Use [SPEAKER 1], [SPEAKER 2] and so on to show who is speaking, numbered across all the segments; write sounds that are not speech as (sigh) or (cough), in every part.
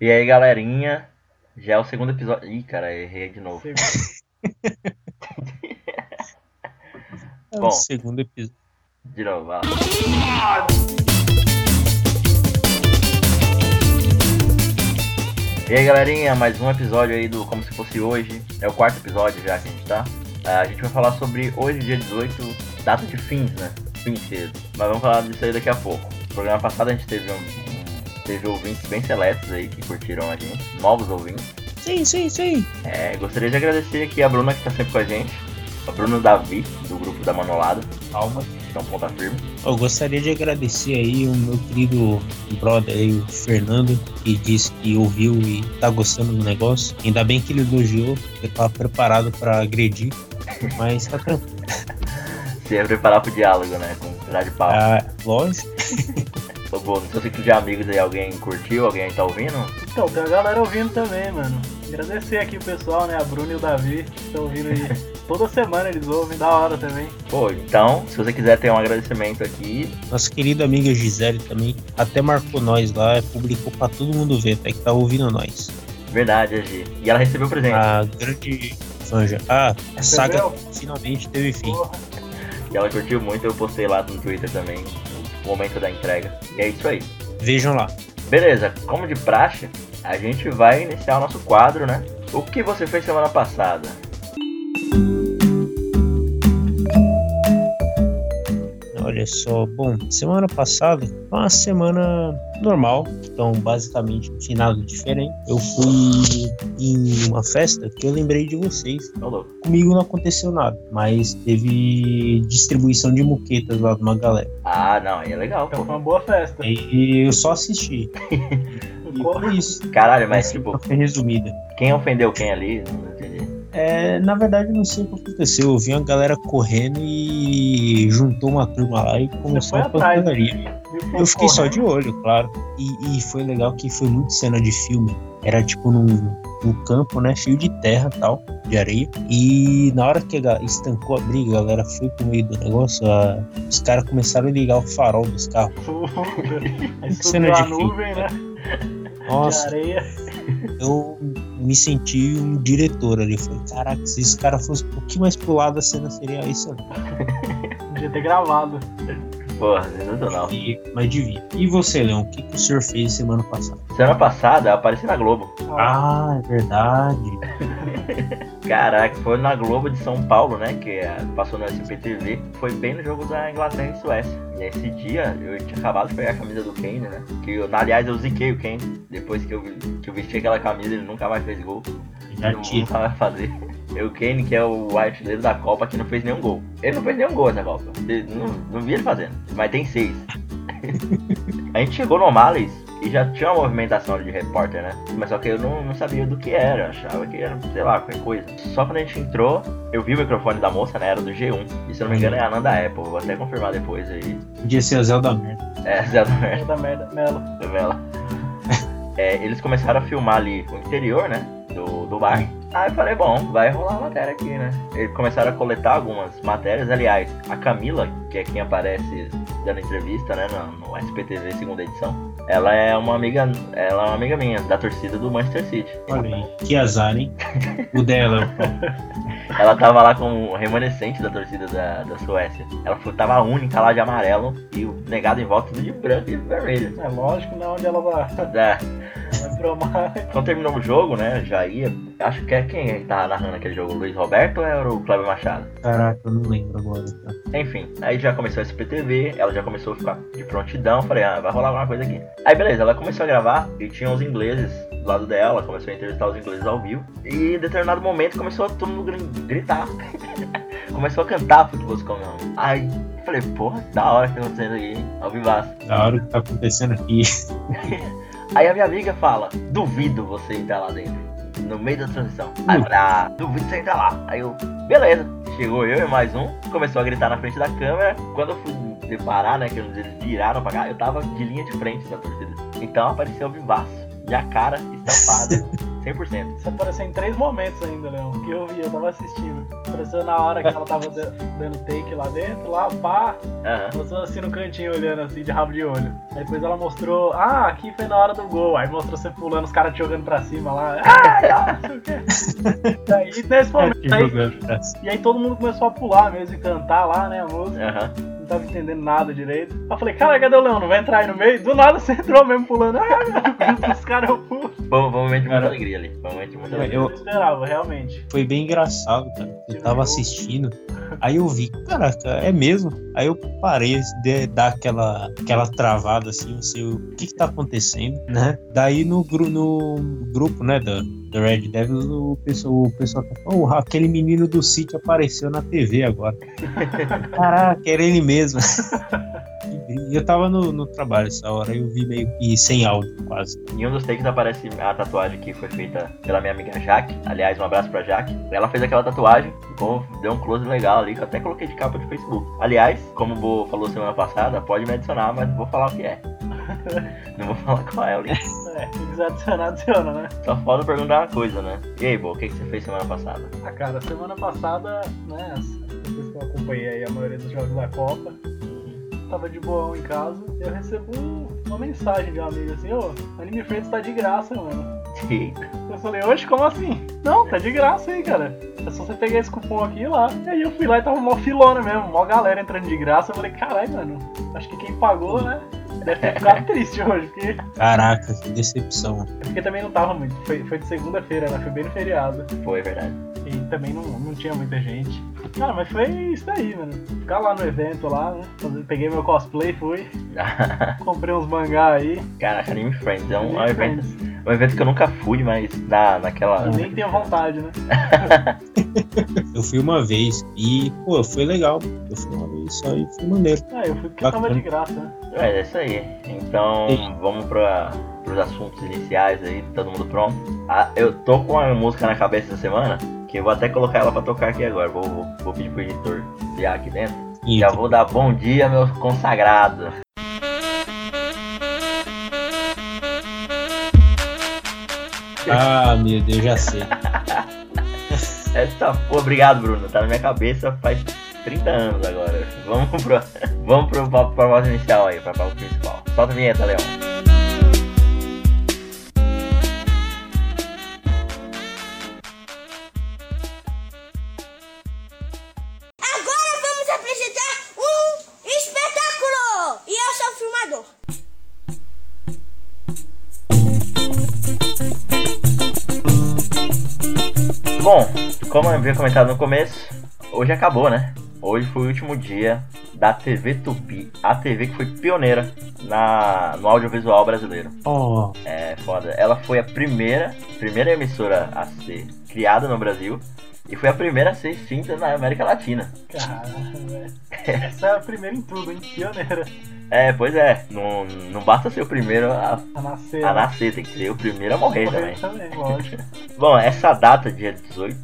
[SPEAKER 1] E aí, galerinha? Já é o segundo episódio. Ih, cara, errei de novo.
[SPEAKER 2] É o
[SPEAKER 1] Bom.
[SPEAKER 2] segundo episódio.
[SPEAKER 1] De novo, vai lá. E aí, galerinha, mais um episódio aí do Como Se Fosse Hoje. É o quarto episódio já que a gente tá. Ah, A gente vai falar sobre hoje, dia 18, data de fins, né? Fins, querido. Mas vamos falar disso aí daqui a pouco. No programa passado a gente teve, um, um- teve ouvintes bem seletos aí que curtiram a gente, novos ouvintes.
[SPEAKER 2] Sim, sim, sim.
[SPEAKER 1] É, gostaria de agradecer aqui a Bruna que tá sempre com a gente. A Bruna Davi, do grupo da Manolada,
[SPEAKER 2] Calma.
[SPEAKER 1] então ponta firme.
[SPEAKER 2] Eu gostaria de agradecer aí o meu querido brother aí, o Fernando, que disse que ouviu e tá gostando do negócio. Ainda bem que ele elogiou, porque eu tava preparado pra agredir. Mas tá tranquilo.
[SPEAKER 1] Se é preparar pro diálogo, né? Com tirar de pau.
[SPEAKER 2] Ah, lógico.
[SPEAKER 1] Ô, Bruno, no seu ciclo de amigos aí, alguém curtiu? Alguém tá ouvindo?
[SPEAKER 3] Então, tem a galera ouvindo também, mano. Agradecer aqui o pessoal, né? A Bruna e o Davi, que estão ouvindo
[SPEAKER 2] (laughs)
[SPEAKER 3] aí. Toda semana eles ouvem, da hora também.
[SPEAKER 1] Pô, então, se você quiser ter um agradecimento aqui,
[SPEAKER 2] Nossa querida amiga Gisele também até marcou nós lá, publicou pra todo mundo ver, até que tá ouvindo nós.
[SPEAKER 1] verdade, Agi. E ela recebeu presente.
[SPEAKER 2] A grande Sanja. Ah, a saga
[SPEAKER 3] Entendeu?
[SPEAKER 2] finalmente teve fim.
[SPEAKER 3] Porra,
[SPEAKER 1] E ela curtiu muito, eu postei lá no Twitter também, o momento da entrega. E é isso aí.
[SPEAKER 2] Vejam lá.
[SPEAKER 1] Beleza, como de praxe, a gente vai iniciar o nosso quadro, né? O que você fez semana passada?
[SPEAKER 2] Olha só, bom, semana passada foi uma semana normal, então basicamente não tinha nada diferente. Eu fui em uma festa que eu lembrei de vocês.
[SPEAKER 1] Ô, louco.
[SPEAKER 2] Comigo não aconteceu nada, mas teve distribuição de muquetas lá de uma galera.
[SPEAKER 1] Ah, não, aí é legal,
[SPEAKER 3] Então
[SPEAKER 1] pô.
[SPEAKER 3] foi uma boa festa.
[SPEAKER 2] E eu só assisti. E
[SPEAKER 3] Como-
[SPEAKER 2] foi isso.
[SPEAKER 3] (laughs)
[SPEAKER 1] Caralho, mas
[SPEAKER 2] Essa
[SPEAKER 1] tipo,
[SPEAKER 2] foi resumida.
[SPEAKER 1] quem ofendeu quem ali? Não entendi.
[SPEAKER 2] É, na verdade, eu não sei o que aconteceu. Eu vi uma galera correndo e juntou uma turma lá e começou
[SPEAKER 3] foi
[SPEAKER 2] a
[SPEAKER 3] atrás, né?
[SPEAKER 2] pancadaria.
[SPEAKER 3] Viu
[SPEAKER 2] Eu fiquei só
[SPEAKER 3] (laughs) correndo?
[SPEAKER 2] de olho, claro. E, e foi legal que foi muito cena de filme. Era tipo num, num campo, né? Cheio de terra e tal, de areia. E na hora que a ga- estancou a briga, a galera foi pro meio do negócio, a- os caras começaram a ligar o farol dos carros.
[SPEAKER 3] Puta. Aí
[SPEAKER 2] Que cena
[SPEAKER 3] subiu a
[SPEAKER 2] de filme,
[SPEAKER 3] nuvem, né? De
[SPEAKER 2] Nossa,
[SPEAKER 3] areia.
[SPEAKER 2] eu me senti um diretor ali. Eu Falei, caraca, se esse cara fosse um pouquinho mais pro lado, a cena seria isso. né?
[SPEAKER 3] Podia ter gravado.
[SPEAKER 1] Porra, sensacional.
[SPEAKER 2] E- Mas devia. E você, Leon, o que, que o senhor fez semana passada?
[SPEAKER 1] Semana passada eu apareci na Globo.
[SPEAKER 2] Ah, é verdade.
[SPEAKER 1] Caraca, foi na Globo de São Paulo, né? Que é- passou no SPTV. Foi bem no jogo da Inglaterra e Suécia. E esse dia eu tinha acabado de pegar a camisa do Kane, né? Que eu, aliás, eu ziquei o Kane. Depois que eu, que eu vesti aquela camisa, ele nunca mais fez gol.
[SPEAKER 2] Já
[SPEAKER 1] não,
[SPEAKER 2] tinha.
[SPEAKER 1] nunca vai fazer. E o Kane, que é o artilheiro da Copa, que não fez nenhum gol. Ele não fez nenhum gol nessa Copa. Ele- Não, não vi ele fazendo. Mas tem seis. a gente chegou no O'Malley's e já tinha uma movimentação ali de repórter, né? Mas só que eu não, não sabia do que era. Eu achava que era, sei lá, qualquer coisa. Só quando a gente entrou, eu vi o microfone da moça, né? Era do G1. E se eu não me engano, é a Ananda Apple. Vou até confirmar depois aí.
[SPEAKER 2] Podia ser a Zelda merda.
[SPEAKER 1] É, (laughs) Zé do Mer-
[SPEAKER 3] Da merda. Melo.
[SPEAKER 1] novela. (laughs) É, eles começaram a filmar ali o interior, né? Do, do bar. Aí eu falei, bom, vai rolar matéria aqui, né? Eles começaram a coletar algumas matérias. Aliás, a Camila, que é quem aparece dando entrevista, né? No, no SPTV segunda edição. Ela é uma amiga. Ela é uma amiga minha, da torcida do Manchester City.
[SPEAKER 2] Olha aí, que azar, hein? O dela.
[SPEAKER 1] Ela tava lá como remanescente da torcida da, da Suécia. Ela foi, tava a única lá de amarelo e o negado em volta tudo de branco e vermelho. (laughs)
[SPEAKER 3] É lógico, né? Onde ela vai, (laughs)
[SPEAKER 1] É,
[SPEAKER 3] vai promar.
[SPEAKER 1] Então terminou o jogo, né? Já ia. Acho que é quem tá narrando aquele jogo, o Luiz Roberto é, ou era o Cleber Machado?
[SPEAKER 2] Caraca, eu não lembro agora. tá?
[SPEAKER 1] Enfim, aí já começou a SPTV, ela já começou a ficar de prontidão, falei, ah, vai rolar alguma coisa aqui. Aí beleza, ela começou a gravar e tinha os ingleses do lado dela, começou a entrevistar os ingleses ao vivo. E em determinado momento começou todo mundo gri- gritar. (laughs) começou a cantar futebol com nome. Aí falei, porra, da hora que tá acontecendo aqui, hein? ao vivaço.
[SPEAKER 2] Da hora o que tá acontecendo aqui.
[SPEAKER 1] Aí a minha amiga fala, duvido você entrar lá dentro. No meio da transição. Aí eu falei, ah, duvido você entrar lá. Aí eu, beleza. Chegou eu e mais um, começou a gritar na frente da câmera. Quando eu fui deparar, né, que eles viraram pra cá, eu tava de linha de frente da torcida. Então apareceu o vivaço, minha cara estampada. 100%.
[SPEAKER 3] Isso apareceu em três momentos ainda, Léo. Que eu vi, eu tava assistindo. Apareceu na hora que ela tava da- dando take lá dentro, lá, pá.
[SPEAKER 1] Aham.
[SPEAKER 3] Ela só assim no cantinho olhando assim, de rabo de olho. Aí depois ela mostrou, ah, aqui foi na hora do gol. Aí mostrou você pulando, os caras te jogando pra cima lá. (laughs) Ah, não, não sei o quê. Aí nesse
[SPEAKER 2] É,
[SPEAKER 3] momento aí. E aí todo mundo começou a pular mesmo e cantar lá, né, a música.
[SPEAKER 1] Aham.
[SPEAKER 3] Não tava entendendo nada direito. Aí eu falei, cara, cadê o Leão? Não vai entrar aí no meio? Do nada você (laughs) entrou mesmo pulando. Ah, junto com os caras eu pulo.
[SPEAKER 1] Foi um foi um momento de muita
[SPEAKER 2] Cara,
[SPEAKER 1] alegria ali. Foi um momento de muita
[SPEAKER 2] eu-
[SPEAKER 1] alegria.
[SPEAKER 3] Eu não esperava, realmente.
[SPEAKER 2] Foi bem engraçado, cara. Eu tava assistindo, aí eu vi, caraca, é mesmo? Aí eu parei de dar aquela, aquela travada assim, não sei o que que tá acontecendo, né? Daí no, gru- no grupo, né, da, da Red Devils, o pessoal, o pessoal tá falando, "Oh, aquele menino do City apareceu na TV agora. Caraca, era ele mesmo. Que brin- Eu tava no, no trabalho essa hora, eu vi meio que sem áudio quase.
[SPEAKER 1] Em um dos takes aparece a tatuagem que foi feita pela minha amiga Jaque. Aliás, um abraço pra Jaque. Ela fez aquela tatuagem, ficou, deu um close legal ali, que eu até coloquei de capa de Facebook. Aliás, como o Bo falou semana passada, pode me adicionar, mas não vou falar o que é. (laughs) não vou falar qual é o link.
[SPEAKER 3] É, quem quiser adicionar, adiciona, né?
[SPEAKER 1] Só falta perguntar uma coisa, né? E aí, Bo, o que, que você fez semana
[SPEAKER 3] (laughs)
[SPEAKER 1] passada?
[SPEAKER 3] Ah, cara, semana passada, né, as- vocês que eu acompanhei aí a maioria dos jogos da Copa, tava de boão em casa, eu recebo um- uma mensagem de um amigo assim, ô, Anime Friends tá de graça, mano.
[SPEAKER 1] Eita,
[SPEAKER 3] Eu falei, oxe, como assim? Não, tá de graça aí, cara. É só você pegar esse cupom aqui e ir lá. E aí eu fui lá e tava mó filona mesmo, mó galera entrando de graça. Eu falei, caralho, mano, acho que quem pagou, né, deve ter ficado triste hoje, porque
[SPEAKER 2] Caraca, que decepção.
[SPEAKER 3] porque também não tava muito. Foi, foi de segunda-feira, né? Foi bem no feriado.
[SPEAKER 1] foi é verdade.
[SPEAKER 3] E também não, não tinha muita gente. Cara, mas foi isso aí, mano. Ficar lá no evento lá, né? Fazer- Peguei meu cosplay, fui. Comprei uns mangá aí.
[SPEAKER 1] Caraca, Anime Friends é um, é um
[SPEAKER 3] Anime
[SPEAKER 1] evento,
[SPEAKER 3] Friends.
[SPEAKER 1] um evento que eu nunca fui, mas na, naquela.
[SPEAKER 3] Eu nem tenho vontade, né?
[SPEAKER 2] Eu fui uma vez e, pô, foi legal. Eu fui uma vez só e foi maneiro.
[SPEAKER 3] Ah, eu fui porque
[SPEAKER 2] Bacana.
[SPEAKER 3] tava de graça, né?
[SPEAKER 1] É, é isso aí. Então,
[SPEAKER 2] Sim.
[SPEAKER 1] vamos para os assuntos iniciais aí, todo mundo pronto? Ah, eu tô com uma música na cabeça essa semana, que eu vou até colocar ela pra tocar aqui agora. Vou, vou, vou pedir pro editor criar aqui dentro.
[SPEAKER 2] E
[SPEAKER 1] Já vou dar bom dia, meu consagrado. (laughs)
[SPEAKER 2] Ah, meu Deus, já (laughs) sei.
[SPEAKER 1] Essa porra, obrigado, Bruno. Tá na minha cabeça faz 30 anos agora. (laughs) Vamos pro, vamos pro, pra, pra voz inicial aí, pra papo principal. Solta a vinheta, Leão.
[SPEAKER 4] Agora vamos apresentar um espetáculo! E eu sou o filmador.
[SPEAKER 1] Bom, como eu havia comentado no começo, hoje acabou, né? Hoje foi o último dia da TV Tupi, a TV que foi pioneira na, no audiovisual brasileiro.
[SPEAKER 2] Oh,
[SPEAKER 1] É foda. Ela foi a primeira, primeira emissora a ser criada no Brasil e foi a primeira a ser extinta na América Latina.
[SPEAKER 3] Caralho, velho. Essa é a primeira em tudo, hein? Pioneira.
[SPEAKER 1] É, pois é, não, não basta ser o primeiro a,
[SPEAKER 3] A nascer.
[SPEAKER 1] a
[SPEAKER 3] né?
[SPEAKER 1] nascer, tem que ser o primeiro a morrer também.
[SPEAKER 3] Morrer também, lógico.
[SPEAKER 1] Bom, essa data, dia 18,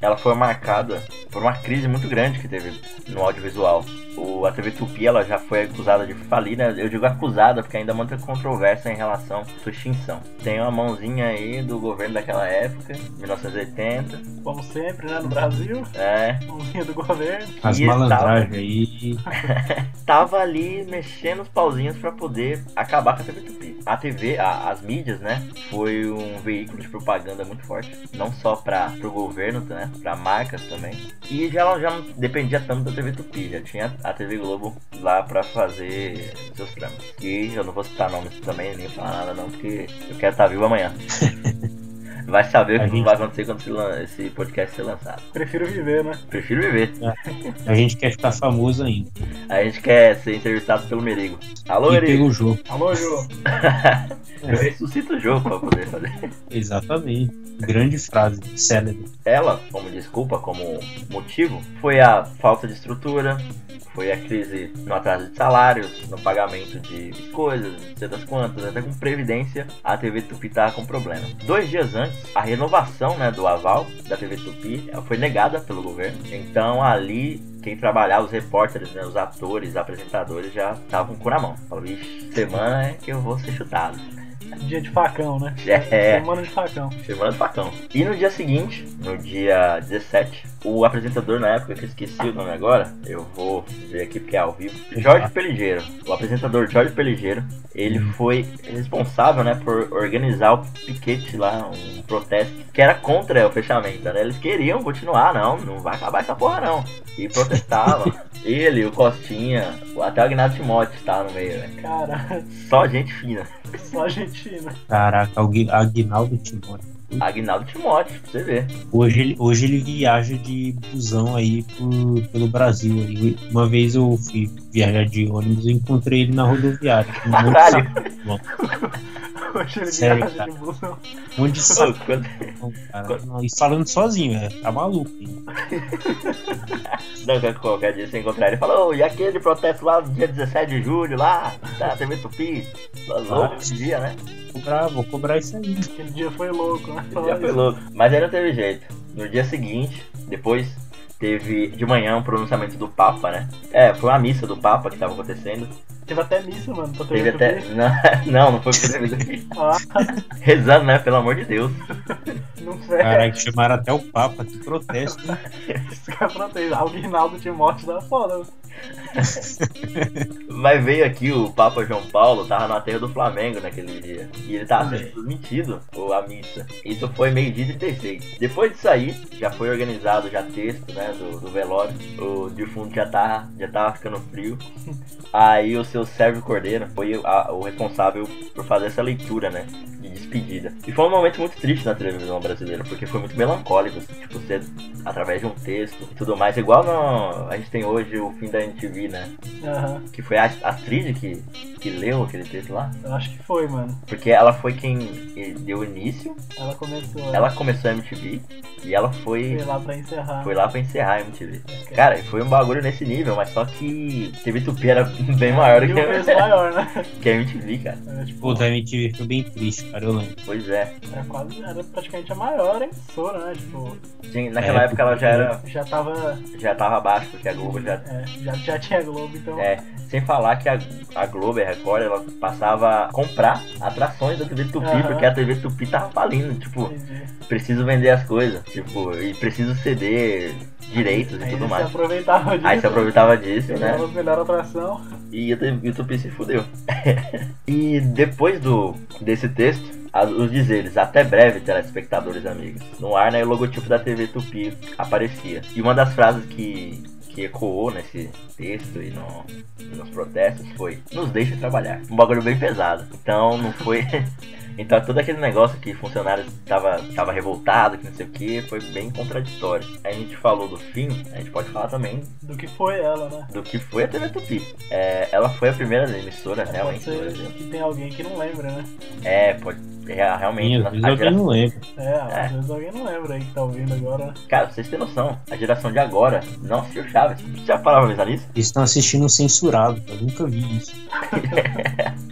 [SPEAKER 1] ela foi marcada por uma crise muito grande que teve no audiovisual. O, a TV Tupi ela já foi acusada de falir, né? Eu digo acusada porque ainda há muita controvérsia em relação à sua extinção. Tem uma mãozinha aí do governo daquela época, 1980,
[SPEAKER 3] Como sempre, né? No Brasil,
[SPEAKER 1] é,
[SPEAKER 3] mãozinha do governo.
[SPEAKER 2] as
[SPEAKER 1] E é
[SPEAKER 2] malandragens aí.
[SPEAKER 1] tava ali mexendo os pauzinhos pra poder acabar com a TV Tupi. A TV, a- as mídias, né, foi um veículo de propaganda muito forte, não só para o governo, né, para marcas também. E já ela já não dependia tanto da TV Tupi, já tinha a TV Globo lá pra fazer seus trâmites. E eu não vou citar nomes também, nem falar nada não, porque eu quero estar vivo
[SPEAKER 2] (laughs)
[SPEAKER 1] amanhã. Vai saber
[SPEAKER 2] A
[SPEAKER 1] o que
[SPEAKER 2] gente-
[SPEAKER 1] vai acontecer quando esse lan- esse podcast ser lançado.
[SPEAKER 3] Prefiro viver, né?
[SPEAKER 1] Prefiro viver.
[SPEAKER 2] É. A gente quer ficar famoso ainda.
[SPEAKER 1] A gente quer ser entrevistado pelo Merigo. Alô,
[SPEAKER 2] E
[SPEAKER 1] Merigo!
[SPEAKER 2] pelo jogo.
[SPEAKER 3] Alô, Ju.
[SPEAKER 1] Eu ressuscito o jogo pra poder fazer.
[SPEAKER 2] Exatamente. Grande frase, célebre.
[SPEAKER 1] Ela, como desculpa, como motivo, foi a falta de estrutura, foi a crise no atraso de salários, no pagamento de coisas, não sei das quantas, até com previdência, a TV Tupi tá com problema. Dois dias antes, a renovação né, do aval da TV Tupi ela foi negada pelo governo, então ali quem trabalhava, os repórteres, né, os atores, apresentadores já estavam com na mão. Falaram, "Ixi, semana é que eu vou ser chutado.
[SPEAKER 3] Dia de facão, né?
[SPEAKER 1] (laughs) É.
[SPEAKER 3] Semana de facão.
[SPEAKER 1] Semana do Facão. E no dia seguinte, no dia 17, o apresentador na época, que eu esqueci o nome agora, eu vou ver aqui porque é ao vivo. Jorge Peligeiro, o apresentador Jorge Peligeiro, ele foi responsável, né, por organizar o piquete lá, um protesto, que era contra o fechamento, né? Eles queriam continuar, não, não vai acabar essa porra não. E protestavam. (laughs) ele, o Costinha, até o Agnaldo Timóteo tava no meio, né?
[SPEAKER 3] Cara, (laughs)
[SPEAKER 1] Só gente fina.
[SPEAKER 3] só Argentina.
[SPEAKER 2] Caraca, alguém- Aguinaldo Timóteo.
[SPEAKER 1] Agnaldo Timóteo, pra você ver.
[SPEAKER 2] Hoje ele, hoje ele viaja de busão aí por- pelo Brasil. aí. Uma vez eu fui viajar de ônibus e encontrei ele na rodoviária. Um monte de
[SPEAKER 1] Caralho.
[SPEAKER 2] saco-
[SPEAKER 3] Hoje ele
[SPEAKER 2] Sério,
[SPEAKER 3] viaja
[SPEAKER 2] cara.
[SPEAKER 3] de busão.
[SPEAKER 2] Um monte de um
[SPEAKER 1] Ô,
[SPEAKER 2] saco,
[SPEAKER 1] quando-
[SPEAKER 2] cara. E falando sozinho, é, tá maluco. hein?
[SPEAKER 1] Não, qualquer- qualquer dia você encontrar ele e fala, "Ô, e aquele protesto lá do dia 17 de julho, lá, da TV Tupi, Nós louco esse dia, né?
[SPEAKER 2] Vou cobrar, vou cobrar isso aí.
[SPEAKER 3] Aquele dia foi louco, né?
[SPEAKER 1] Esse dia foi louco. Mas aí não teve jeito. No dia seguinte, depois, teve de manhã um pronunciamento do Papa, né? É, foi uma missa do Papa que tava acontecendo.
[SPEAKER 3] Teve até missa, mano. Pra
[SPEAKER 1] Teve
[SPEAKER 3] TV
[SPEAKER 1] até. (laughs) Não, não foi (laughs) porque
[SPEAKER 3] Ah,
[SPEAKER 1] Rezando, né? Pelo amor de Deus.
[SPEAKER 3] não
[SPEAKER 1] É.
[SPEAKER 3] (laughs) sei.
[SPEAKER 2] Caraca, chamaram até o Papa, que protesto. hein?
[SPEAKER 3] Esse cara protege. Ah, O Guinaldo Timóteo da foda. né? mano.
[SPEAKER 1] Mas veio aqui o Papa João Paulo, tava na terra do Flamengo naquele dia. E ele tava sendo transmitido, ou a missa. Isso foi meio-dia e 36. Depois disso aí, já foi organizado já texto, né, do, do velório. O defunto já tava, já tava ficando frio. Aí o seu Sérgio Cordeiro foi a- o responsável por fazer essa leitura, né? De despedida. E foi um momento muito triste na televisão brasileira, porque foi muito melancólico. assim, Tipo, você, através de um texto e tudo mais, igual no, a gente tem hoje o fim da MTV, né?
[SPEAKER 3] Aham.
[SPEAKER 1] que foi a Astrid que, que leu aquele texto lá,
[SPEAKER 3] Eu acho que foi, mano.
[SPEAKER 1] porque ela foi quem deu início,
[SPEAKER 3] Ela começou.
[SPEAKER 1] ela começou a MTV e ela
[SPEAKER 3] Foi
[SPEAKER 1] foi,
[SPEAKER 3] lá pra encerrar.
[SPEAKER 1] foi lá pra encerrar a MTV. Cara, foi um bagulho nesse nível, mas só que TV Tupi era (laughs) bem maior
[SPEAKER 3] Mil
[SPEAKER 1] que
[SPEAKER 3] vezes
[SPEAKER 1] a,
[SPEAKER 3] maior, né?
[SPEAKER 1] (laughs) que a MTV, cara.
[SPEAKER 3] Era, tipo,
[SPEAKER 2] Pô, da MTV foi bem triste, cara, eu lembro.
[SPEAKER 1] Pois é.
[SPEAKER 3] era quase, era praticamente a maior emissora, né? Tipo,
[SPEAKER 1] Sim, naquela
[SPEAKER 2] É,
[SPEAKER 1] época ela já era
[SPEAKER 3] já tava.
[SPEAKER 1] já tava abaixo, porque a Globo já.
[SPEAKER 3] é, já, já tinha Globo, então.
[SPEAKER 1] É, sem falar que a, a Globo e a Record, ela passava a comprar atrações da TV Tupi,
[SPEAKER 3] Aham.
[SPEAKER 1] porque a TV Tupi tava falindo, tipo,
[SPEAKER 3] entendi.
[SPEAKER 1] preciso vender as coisas, tipo, e preciso ceder direitos e
[SPEAKER 3] Aí
[SPEAKER 1] tudo
[SPEAKER 3] eles
[SPEAKER 1] mais.
[SPEAKER 3] se aproveitavam disso.
[SPEAKER 1] Aí você aproveitava disso, né?
[SPEAKER 3] Pegava as melhores atração.
[SPEAKER 1] E o Tupi- o Tupi se fudeu. (laughs) e depois do desse texto, a- os dizeres, até breve, telespectadores amigos. No ar, né, o logotipo da TV Tupi aparecia. E uma das frases que, que ecoou nesse texto e no, nos protestos foi Nos deixa trabalhar. Um bagulho bem pesado. Então não foi... (laughs) Então todo aquele negócio que funcionário tava, tava revoltado, que não sei o que, foi bem contraditório. A gente falou do fim, a gente pode falar também
[SPEAKER 3] Do que foi ela, né?
[SPEAKER 1] do que foi a TV Tupi. É, ela foi a primeira emissora
[SPEAKER 3] Pode
[SPEAKER 1] realmente né? no
[SPEAKER 3] ser
[SPEAKER 1] Brasil.
[SPEAKER 3] que tem alguém que não lembra, né?
[SPEAKER 1] É, pode. É, realmente.
[SPEAKER 2] Minha
[SPEAKER 1] a
[SPEAKER 2] vez alguém
[SPEAKER 1] gera-
[SPEAKER 2] não lembra.
[SPEAKER 3] É, às vezes alguém não lembra aí que tá ouvindo agora. né?
[SPEAKER 1] Cara, pra vocês terem noção, a geração de agora não assistiu Chaves. Você já parava pra pensar nisso?
[SPEAKER 2] Eles estão assistindo um censurado, eu nunca vi isso.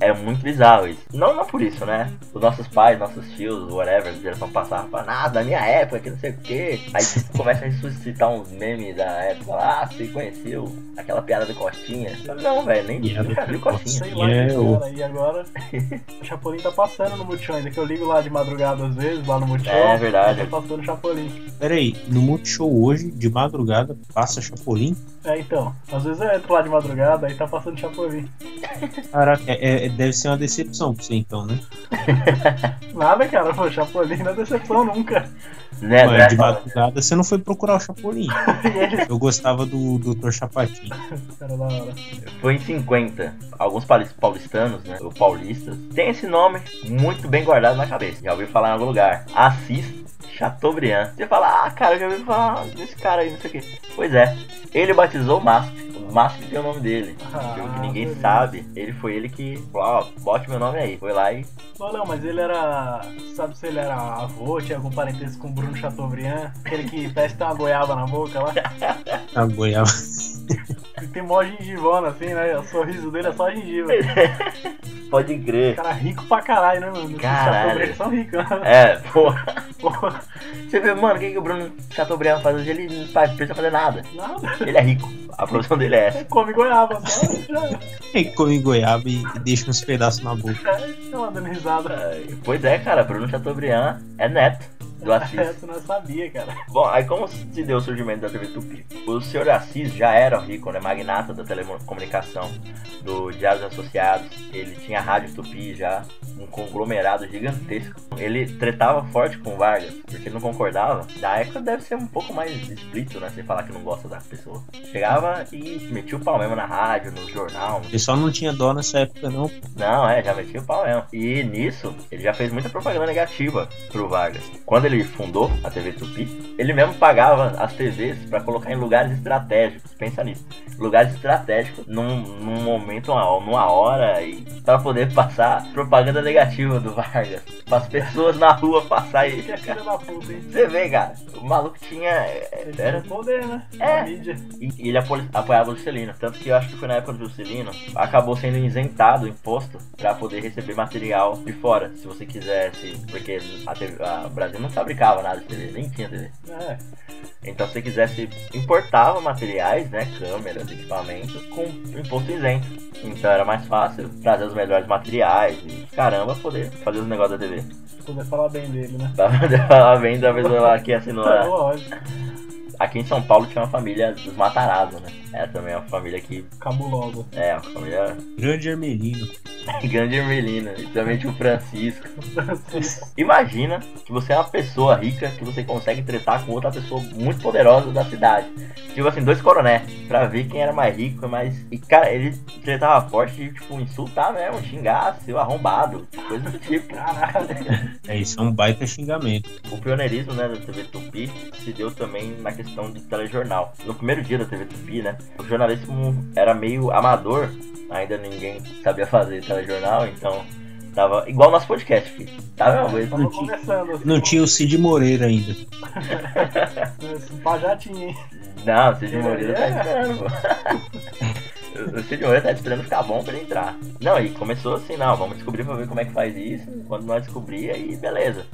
[SPEAKER 1] É muito bizarro isso. Não, não por isso, né? Os nossos pais, nossos tios, whatever, geração passada, falando, ah, da minha época, que não sei o quê. Aí começa a ressuscitar uns memes da época lá, ah, você conheceu aquela piada do Costinha. Não, velho, nem
[SPEAKER 2] Piada
[SPEAKER 1] nunca vi o
[SPEAKER 2] do
[SPEAKER 1] Costinha.
[SPEAKER 3] Sei lá,
[SPEAKER 2] É,
[SPEAKER 3] que
[SPEAKER 2] eu-
[SPEAKER 3] cara. E agora, o Chapolin tá passando no Multishow ainda, que eu ligo lá de madrugada às vezes, lá no Multishow.
[SPEAKER 1] É verdade.
[SPEAKER 3] Tá passando o Chapolin.
[SPEAKER 2] Pera aí, no Multishow hoje, de madrugada, passa Chapolin?
[SPEAKER 3] É, então. Às vezes eu entro lá de madrugada, aí tá passando Chapolin.
[SPEAKER 2] Caraca, é- é- deve ser uma decepção pra você então, né?
[SPEAKER 3] Nada, cara, pô, Chapolin não é decepção nunca.
[SPEAKER 1] Né,
[SPEAKER 2] Ué,
[SPEAKER 1] né?
[SPEAKER 2] de madrugada você não foi procurar o Chapolin.
[SPEAKER 3] E eles...
[SPEAKER 2] Eu gostava do Dr. Chapatinho.
[SPEAKER 3] Cara, da hora.
[SPEAKER 1] Foi em 50. Alguns palis- paulistanos, né? Ou paulistas. Tem esse nome muito bem guardado na cabeça. Já ouviu falar em algum lugar. Assis Chateaubriand. Você fala, ah, cara, eu já ouvi falar desse cara aí, não sei o quê. Pois é. Ele batizou o MASP. O MASP tem o nome dele.
[SPEAKER 3] Ah,
[SPEAKER 1] que ninguém
[SPEAKER 3] beleza.
[SPEAKER 1] sabe. Ele foi ele que falou, ó, bote meu nome aí. Foi lá e.
[SPEAKER 3] Ô, Léo, mas ele era. Sabe se ele era avô, tinha algum parentesco com o Bruno Chateaubriand? Aquele que parece que tem uma goiaba na boca lá.
[SPEAKER 2] A goiaba. (laughs)
[SPEAKER 3] Ele tem mó gengivona assim, né? O sorriso dele é só gengiva.
[SPEAKER 1] Pode crer.
[SPEAKER 3] Cara rico pra caralho, né, mano? Esses
[SPEAKER 1] Caralho.
[SPEAKER 3] Chateaubriand são ricos, né?
[SPEAKER 1] É, porra.
[SPEAKER 3] Porra,
[SPEAKER 1] (laughs) Você vê, mano, o que, que o Bruno Chateaubriand faz hoje? Ele não faz, precisa fazer nada.
[SPEAKER 3] nada.
[SPEAKER 1] Ele é rico. A profissão dele é essa.
[SPEAKER 3] Come goiaba, só. Já
[SPEAKER 2] E come goiaba e deixa uns pedaços na boca.
[SPEAKER 3] é. Ela dando risada.
[SPEAKER 1] Ai, Pois é, cara, Bruno Chateaubriand é neto do Assis.
[SPEAKER 3] Essa eu não sabia, cara.
[SPEAKER 1] Bom, aí como se deu o surgimento da TV Tupi? O senhor Assis já era rico, né? Magnata da telecomunicação, do Diários Associados. Ele tinha a Rádio Tupi já, um conglomerado gigantesco. Ele tretava forte com o Vargas, porque ele não concordava. Na época deve ser um pouco mais explícito, né? Você falar que não gosta da pessoa. Chegava e metia o pau mesmo na rádio, no jornal,
[SPEAKER 2] O pessoal não tinha dó nessa época, não.
[SPEAKER 1] não, é, já metia o pau mesmo. E nisso, ele já fez muita propaganda negativa pro Vargas. Quando ele fundou a TV Tupi, ele mesmo pagava as TVs pra colocar em lugares estratégicos. Pensa nisso. Lugares estratégicos num, num momento, uma- numa hora, e pra poder passar propaganda negativa do Vargas. Para as pessoas na rua passar e.
[SPEAKER 3] Que é filha da puta, hein?
[SPEAKER 1] (laughs) Você vê, cara, o maluco tinha. é,
[SPEAKER 3] Ele
[SPEAKER 1] Era
[SPEAKER 3] tinha poder, né?
[SPEAKER 1] É.
[SPEAKER 3] Na mídia.
[SPEAKER 1] e e ele apo- apoiava o Juscelino. Tanto que eu acho que foi na época do Juscelino, acabou sendo isentado o imposto pra poder receber material de fora, se você quisesse. Porque a TV, a- o Brasil não fabricava nada de TV, nem tinha TV.
[SPEAKER 3] É.
[SPEAKER 1] Então se você quisesse, importava materiais, né, câmeras, equipamentos, com imposto isento. Então era mais fácil trazer os melhores materiais e, caramba, poder fazer os negócios da TV.
[SPEAKER 3] Poder falar bem dele, né?
[SPEAKER 1] (laughs) Pra poder falar bem da pessoa lá que assinou
[SPEAKER 3] Tá,
[SPEAKER 1] a,
[SPEAKER 3] lógico.
[SPEAKER 1] Aqui em São Paulo tinha uma família dos Matarazzo, né? É também uma família que...
[SPEAKER 3] Cabulosa.
[SPEAKER 1] É, uma família
[SPEAKER 2] Grande Hermelino.
[SPEAKER 1] Grande Ermelina, e também tinha o Francisco. Imagina que você é uma pessoa rica que você consegue tretar com outra pessoa muito poderosa da cidade. Tipo assim, dois coroné, pra ver quem era mais rico, mas. E cara, ele tretava forte de tipo insultar mesmo, xingar, seu arrombado, coisa do tipo.
[SPEAKER 3] Caralho.
[SPEAKER 2] É isso, é um baita xingamento.
[SPEAKER 1] O pioneirismo né, da TV Tupi se deu também na questão do telejornal. No primeiro dia da TV Tupi, né, o jornalismo era meio amador, ainda ninguém sabia fazer telejornal, então tava igual nosso podcast, filho. Tava uma coisa.
[SPEAKER 3] Tava começando. assim.
[SPEAKER 2] Não tinha o Cid Moreira ainda.
[SPEAKER 3] Esse pá já tinha, hein?
[SPEAKER 1] Não, o Cid Moreira tá esperando, pô. (laughs) O Cid Moreira tá esperando ficar bom pra ele entrar. Não, e começou assim, não, vamos descobrir pra ver como é que faz isso. Quando nós descobrir, aí beleza.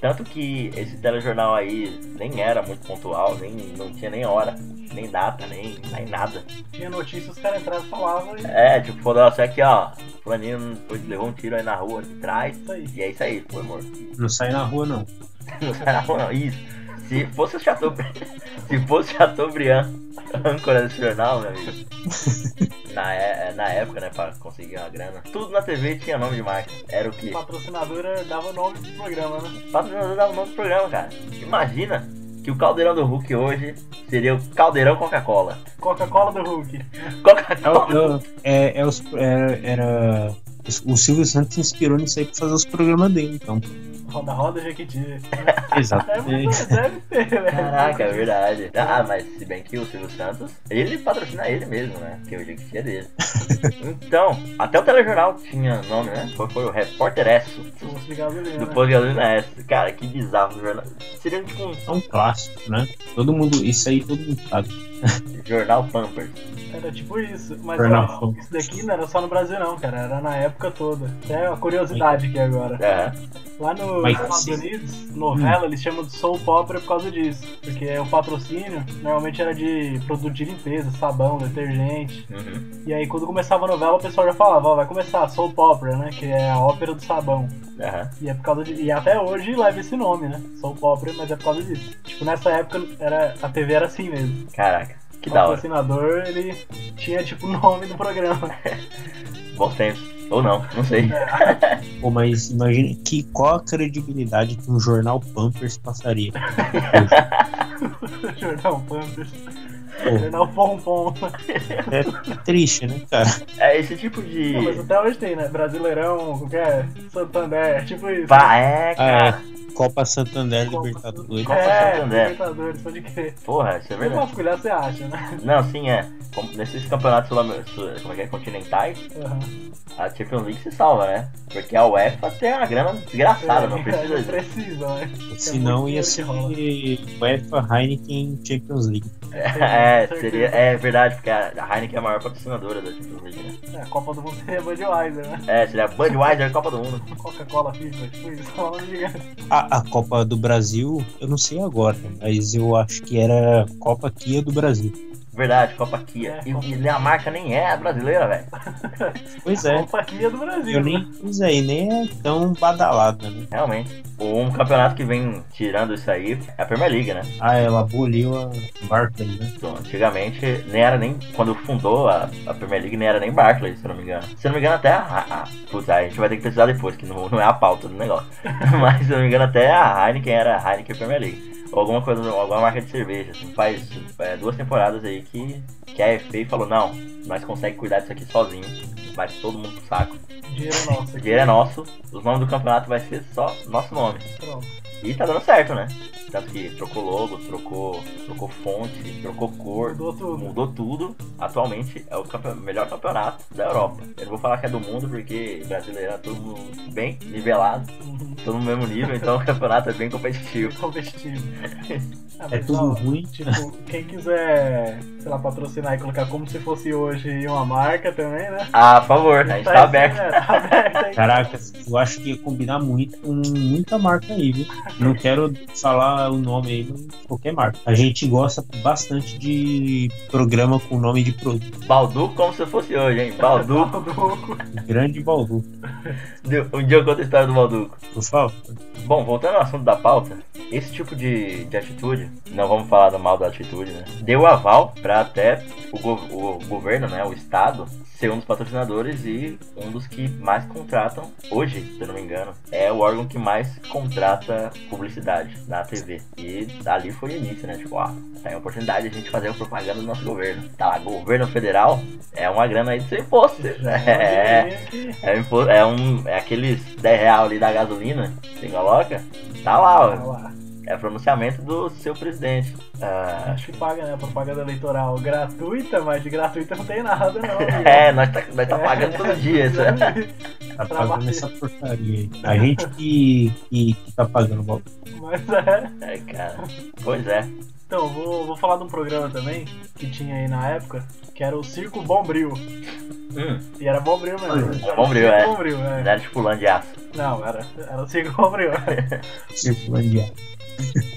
[SPEAKER 1] Tanto que esse telejornal aí nem era muito pontual, nem não tinha nem hora, nem data, nem, nem nada.
[SPEAKER 3] Tinha notícia, os caras entravam e falavam e
[SPEAKER 1] É, tipo, falou assim aqui, ó. Fulaninho foi- levou um tiro aí na rua de trás.
[SPEAKER 3] isso aí.
[SPEAKER 1] E é isso aí, foi morto.
[SPEAKER 2] Não sai na rua, não.
[SPEAKER 1] Não sai na rua, não. Isso. Se fosse o Chateaubriand. (laughs) Se fosse o Chateaubriand, (laughs) âncora desse jornal, meu amigo. Na, é- na época, né, pra conseguir uma grana. Tudo na TV tinha nome de marca. Era o que?
[SPEAKER 3] A patrocinadora dava o nome do programa, né?
[SPEAKER 1] Patrocinador dava o nome do programa, cara. Imagina que o caldeirão do Hulk hoje seria o caldeirão Coca-Cola.
[SPEAKER 3] Coca-Cola do Hulk.
[SPEAKER 2] É o-
[SPEAKER 1] Coca-Cola.
[SPEAKER 2] é o- é- é os- é- era. O Silvio Santos se inspirou nisso aí pra fazer os programas dele, então. É,
[SPEAKER 3] Roda Roda
[SPEAKER 1] (laughs)
[SPEAKER 3] Jequiti. Deve,
[SPEAKER 2] Exatamente.
[SPEAKER 3] deve ter, né?
[SPEAKER 1] Caraca, (laughs) é verdade. Ah, mas se bem que o Silvio Santos, ele patrocina ele mesmo, né? Porque o Jequiti é dele. Então, até o telejornal tinha nome, né? Foi, foi o Repórter Esso.
[SPEAKER 3] Posto de gasolina.
[SPEAKER 1] Do
[SPEAKER 3] né?
[SPEAKER 1] Posto de Gasolina Esso. Cara, que bizarro o jornal. Seria tipo
[SPEAKER 2] É um clássico, né? Todo mundo. Isso aí todo mundo sabe.
[SPEAKER 1] um jornal Pampers.
[SPEAKER 3] Era tipo isso. Mas
[SPEAKER 2] Jornal
[SPEAKER 3] ó,
[SPEAKER 2] Fogo.
[SPEAKER 3] isso daqui não era só no Brasil, não, cara. Era na época toda. É uma curiosidade aqui agora.
[SPEAKER 1] É.
[SPEAKER 3] Lá no- nos
[SPEAKER 2] Mas
[SPEAKER 3] Estados
[SPEAKER 2] sim.
[SPEAKER 3] Unidos, novela, eles chamam de soap opera por causa disso. Porque o patrocínio normalmente era de produto de limpeza, sabão, detergente.
[SPEAKER 1] Uhum.
[SPEAKER 3] E aí quando começava a novela, o pessoal já falava, ó, vai começar a soap opera, né? Que é a ópera do sabão.
[SPEAKER 1] Aham.
[SPEAKER 3] E é por causa de... E até hoje leva esse nome, né? Soap opera, mas é por causa disso. Tipo, nessa época era... a TV era assim mesmo.
[SPEAKER 1] Caraca, que
[SPEAKER 3] o
[SPEAKER 1] da hora.
[SPEAKER 3] patrocinador, ele tinha tipo (laughs) o nome do programa.
[SPEAKER 1] Bons tempos. Ou não, não sei.
[SPEAKER 2] Pô, mas imagina que qual a credibilidade que um jornal Pampers passaria.
[SPEAKER 3] Jornal Pampers.
[SPEAKER 2] Pô,
[SPEAKER 3] Jornal Pompom.
[SPEAKER 2] é triste, né, cara?
[SPEAKER 1] É esse tipo de.
[SPEAKER 3] Não, mas até hoje tem, né? Brasileirão, qualquer Santander, tipo isso.
[SPEAKER 1] Pá, é,
[SPEAKER 2] Ah,
[SPEAKER 1] cara.
[SPEAKER 2] é. Copa Santander Libertadores.
[SPEAKER 1] Copa
[SPEAKER 3] é,
[SPEAKER 1] Santander.
[SPEAKER 3] Libertadores, pode crer.
[SPEAKER 1] Porra, isso é
[SPEAKER 3] Se
[SPEAKER 1] verdade.
[SPEAKER 3] vasculhar, você acha, né?
[SPEAKER 1] Não, sim, é. Como- Nesses campeonatos sul- sul- como é que é? continentais,
[SPEAKER 3] Uhum.
[SPEAKER 1] a Champions League se salva, né? Porque a UEFA tem uma grana desgraçada, não
[SPEAKER 3] É, Não
[SPEAKER 1] precisa.
[SPEAKER 3] precisa, né?
[SPEAKER 2] Se não, ia
[SPEAKER 3] muito
[SPEAKER 2] ser
[SPEAKER 3] dinheiro
[SPEAKER 2] UEFA Heineken Champions League.
[SPEAKER 1] É, seria, é verdade, porque a a Heineken é a maior patrocinadora da Champions League, né?
[SPEAKER 3] É, a Copa do Mundo seria Budweiser, né?
[SPEAKER 1] É, seria a Budweiser Copa do Mundo.
[SPEAKER 3] Coca-Cola FIFA, tipo isso. Falando gigante.
[SPEAKER 2] A, a, a Copa do Brasil, eu não sei agora, mas eu acho que era Copa Kia do Brasil.
[SPEAKER 1] Verdade, Copa Kia. E, e a marca nem é brasileira, velho.
[SPEAKER 2] Pois é.
[SPEAKER 3] Copa Kia do Brasil. né?
[SPEAKER 2] Eu nem, pois é, e nem é tão badalada, né?
[SPEAKER 1] Realmente. Um campeonato que vem tirando isso aí é a Premier League, né?
[SPEAKER 2] Ah, ela aboliu a Barclay, né?
[SPEAKER 1] Então, antigamente, nem era nem. Quando fundou a, a Premier League, nem era nem Barclays, se eu não me engano. Se eu não me engano, até a. a, a putz, a gente vai ter que pesquisar depois, que não, não é a pauta do negócio. Mas, se eu não me engano, até a Heineken era a Heineken Premier League. Ou alguma coisa, alguma marca de cerveja. assim. faz é, duas temporadas aí que, que a FA falou: não, nós conseguimos cuidar disso aqui sozinho. Vai todo mundo pro saco.
[SPEAKER 3] Dinheiro nosso
[SPEAKER 1] O
[SPEAKER 3] aqui.
[SPEAKER 1] dinheiro é nosso, os nomes do campeonato vai ser só nosso nome.
[SPEAKER 3] Pronto.
[SPEAKER 1] E tá dando certo, né? Tanto que trocou logo, trocou, trocou fonte, trocou cor,
[SPEAKER 3] Mudou tudo.
[SPEAKER 1] mudou tudo. Atualmente é o campe- melhor campeonato da Europa. Eu não vou falar que é do mundo, porque brasileiro é todo mundo bem nivelado,
[SPEAKER 3] Uhum.
[SPEAKER 1] todo no mesmo nível, então o (laughs) campeonato é bem competitivo.
[SPEAKER 3] (laughs) Competitivo. Ah,
[SPEAKER 2] É
[SPEAKER 3] mas,
[SPEAKER 2] tudo
[SPEAKER 3] ó,
[SPEAKER 2] ruim.
[SPEAKER 3] Tipo, quem quiser, sei lá, patrocinar e colocar como se fosse hoje uma marca também, né?
[SPEAKER 1] Ah, por favor, a gente tá aberto.
[SPEAKER 3] É, tá
[SPEAKER 1] (laughs)
[SPEAKER 3] aberto aí.
[SPEAKER 2] Caraca, eu acho que ia combinar muito com muita marca aí, viu? Não quero falar o nome aí, mas qualquer marca. A gente gosta bastante de programa com nome de produto.
[SPEAKER 1] Baldu como se fosse hoje, hein? Baldu.
[SPEAKER 3] (laughs) Tá Balduco.
[SPEAKER 2] Grande Baldu,
[SPEAKER 1] Um dia eu conto a história do Balduco.
[SPEAKER 2] por favor.
[SPEAKER 1] Bom, voltando ao assunto da pauta, esse tipo de, de atitude, não vamos falar do mal da atitude, né? Deu aval pra até o, gov- o governo, né? O Estado ser um dos patrocinadores e um dos que mais contratam hoje, se eu não me engano, é o órgão que mais contrata publicidade na TV. E ali foi o início, né? Tipo, ah, tá aí a oportunidade de a gente fazer uma propaganda do nosso governo. Tá lá, governo federal é uma grana aí de ser imposto. (laughs) É. É, um impo- é um. É aqueles 10 real ali da gasolina, você coloca, tá lá,
[SPEAKER 3] Olha
[SPEAKER 1] ó.
[SPEAKER 3] lá.
[SPEAKER 1] É pronunciamento do seu presidente. Ah,
[SPEAKER 3] Acho que paga, né? Propaganda eleitoral gratuita, mas de gratuita não tem nada,
[SPEAKER 1] (laughs)
[SPEAKER 3] não. é. amigo.
[SPEAKER 1] é, nós tá, nós tá pagando todo dia
[SPEAKER 3] (laughs)
[SPEAKER 1] isso. é.
[SPEAKER 2] Tá
[SPEAKER 3] Pra
[SPEAKER 2] pagando
[SPEAKER 3] bater.
[SPEAKER 2] essa porcaria aí. A gente que, que, que tá pagando o Baldu.
[SPEAKER 3] Mas é.
[SPEAKER 1] Ai, cara. Pois é.
[SPEAKER 3] Então, vou, vou falar de um programa também que tinha aí na época, que era o Circo Bombril.
[SPEAKER 1] Hum,
[SPEAKER 3] E era Bombril mesmo. Era
[SPEAKER 1] Bombril,
[SPEAKER 3] Circo
[SPEAKER 1] é.
[SPEAKER 3] Bombril, é.
[SPEAKER 1] não era tipo lã de aço.
[SPEAKER 3] Não, era, era o Circo Bombril.
[SPEAKER 2] circulando de ar.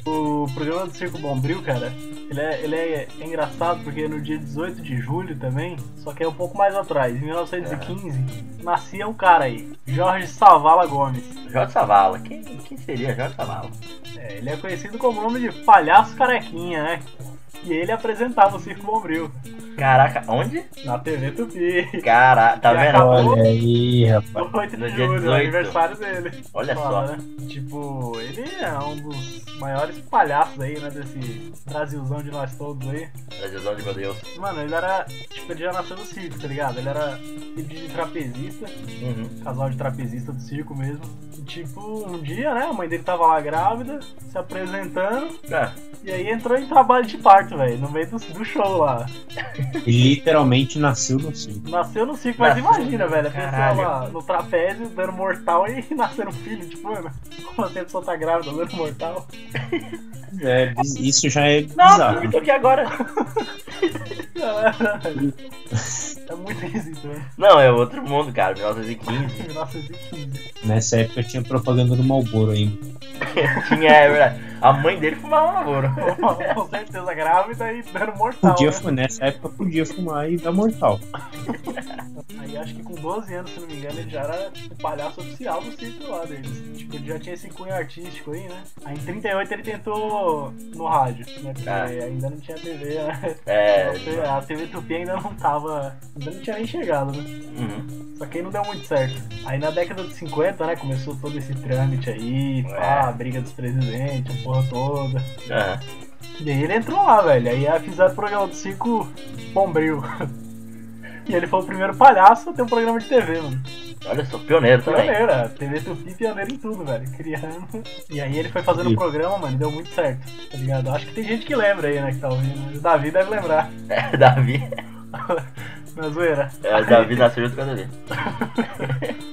[SPEAKER 3] O programa do Circo Bombril, cara, ele é, ele é engraçado porque no dia 18 de julho também, só que é um pouco mais atrás, em 1915, nascia um cara aí, Jorge Savala Gomes.
[SPEAKER 1] Jorge Savala. Quem, quem seria Jorge Savala?
[SPEAKER 3] É, ele é conhecido como o nome de Palhaço Carequinha, né? E ele apresentava o Circo Bombril
[SPEAKER 1] Caraca, onde?
[SPEAKER 3] na TV Tupi. (laughs)
[SPEAKER 1] Cara, tá
[SPEAKER 3] Já
[SPEAKER 1] vendo?
[SPEAKER 3] acabou.
[SPEAKER 2] Olha aí, rapaz.
[SPEAKER 3] No 8 de
[SPEAKER 1] No dia
[SPEAKER 3] julho,
[SPEAKER 1] 18.
[SPEAKER 3] aniversário dele.
[SPEAKER 1] Olha
[SPEAKER 3] Fala,
[SPEAKER 1] só.
[SPEAKER 3] né? Tipo, ele é um dos maiores palhaços aí, né? Desse Brasilzão de nós todos aí.
[SPEAKER 1] Brasilzão de meu Deus.
[SPEAKER 3] Mano, ele era. Tipo, ele já nasceu no circo, tá ligado? Ele era filho de trapezista,
[SPEAKER 1] Uhum.
[SPEAKER 3] casal de trapezista do circo mesmo. E, tipo, um dia, né? A mãe dele tava lá grávida, se apresentando,
[SPEAKER 1] Ah,
[SPEAKER 3] e aí entrou em trabalho de parto, velho, no meio do, do show lá.
[SPEAKER 2] Ele literalmente nasceu no circo.
[SPEAKER 3] Nasceu no circo, mas
[SPEAKER 1] Nasceu.
[SPEAKER 3] imagina, velho, a pessoa
[SPEAKER 1] Caralho.
[SPEAKER 3] lá no trapézio, dando mortal e (laughs) nascendo um filho, tipo, mano, como assim a pessoa tá grávida dando mortal?
[SPEAKER 2] É, isso já é
[SPEAKER 1] Nossa,
[SPEAKER 2] bizarro.
[SPEAKER 1] me toquei Então, agora.
[SPEAKER 3] (laughs) Galera, velho. É muito esquisito, né? é
[SPEAKER 1] Não, é outro mundo, cara. 1915.
[SPEAKER 3] 1915.
[SPEAKER 2] né? Nessa época tinha propaganda do Malboro ainda.
[SPEAKER 1] Tinha, é verdade. A mãe dele fumava um namoro.
[SPEAKER 3] (laughs) Com certeza grávida e dando mortal.
[SPEAKER 2] Podia,
[SPEAKER 3] né?
[SPEAKER 2] fu- nessa época podia fumar e dar mortal.
[SPEAKER 3] Aí acho que com 12 anos, se não me engano, ele já era tipo, palhaço oficial do circo lá deles. Tipo, ele já tinha esse cunho artístico aí, né? Aí em 38 ele tentou no rádio, né? Porque
[SPEAKER 1] Ah.
[SPEAKER 3] ainda não tinha TV, né?
[SPEAKER 1] É.
[SPEAKER 3] A TV Tupi ainda não tava. Ainda não tinha nem chegado, né?
[SPEAKER 1] uhum.
[SPEAKER 3] Só que aí não deu muito certo. Aí na década de 50, né, começou todo esse trâmite aí, pá,
[SPEAKER 1] É.
[SPEAKER 3] a briga dos presidentes, a porra toda.
[SPEAKER 1] Aham.
[SPEAKER 3] E aí ele entrou lá, velho. Aí aí fizeram o programa do Circo Bombril. E ele foi o primeiro palhaço a ter um programa de TV, mano.
[SPEAKER 1] Olha só, pioneiro também.
[SPEAKER 3] Pioneira, TV Tupi pioneiro em tudo, velho. Criando. E aí ele foi fazendo o
[SPEAKER 2] Sim.
[SPEAKER 3] programa, mano, e deu muito certo, tá ligado? Acho que tem gente que lembra aí, né, que tá ouvindo. mas O Davi deve lembrar.
[SPEAKER 1] (laughs) Davi.
[SPEAKER 3] Na zoeira.
[SPEAKER 1] É,
[SPEAKER 3] (laughs)
[SPEAKER 1] Davi nasceu junto com a Davi.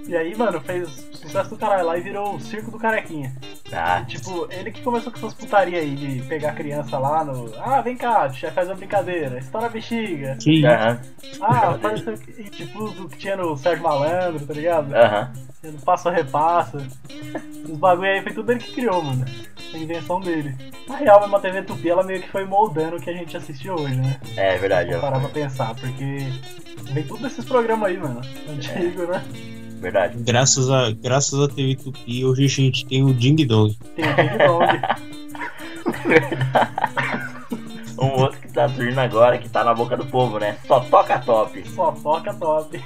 [SPEAKER 3] E aí, mano, fez sucesso do caralho lá e virou o Circo do Carequinha.
[SPEAKER 1] Ah,
[SPEAKER 3] Tipo, ele que começou com essas putaria aí de pegar criança lá no. Ah, vem cá, chefe faz uma brincadeira, estoura a bexiga.
[SPEAKER 2] Que isso?
[SPEAKER 1] aham,
[SPEAKER 3] Ah, faz isso aqui. E, Tipo o que tinha no Sérgio Malandro, tá ligado?
[SPEAKER 1] aham.
[SPEAKER 3] No Passo a repassa. Os bagulho aí foi tudo ele que criou, mano. A invenção dele. Na real, mesmo a TV Tupi, ela meio que foi moldando o que a gente assiste hoje, né?
[SPEAKER 1] É verdade,
[SPEAKER 3] Vou
[SPEAKER 1] ó.
[SPEAKER 3] parar pra pensar, porque vem tudo desses programas aí, mano. Antigo, né?
[SPEAKER 1] verdade.
[SPEAKER 2] Graças a, graças a TV Tupi, hoje a gente tem o Ding Dong.
[SPEAKER 3] Tem o Big Dog.
[SPEAKER 1] Um outro que tá surgindo agora, que tá na boca do povo, né? Só toca top.
[SPEAKER 3] Só toca top.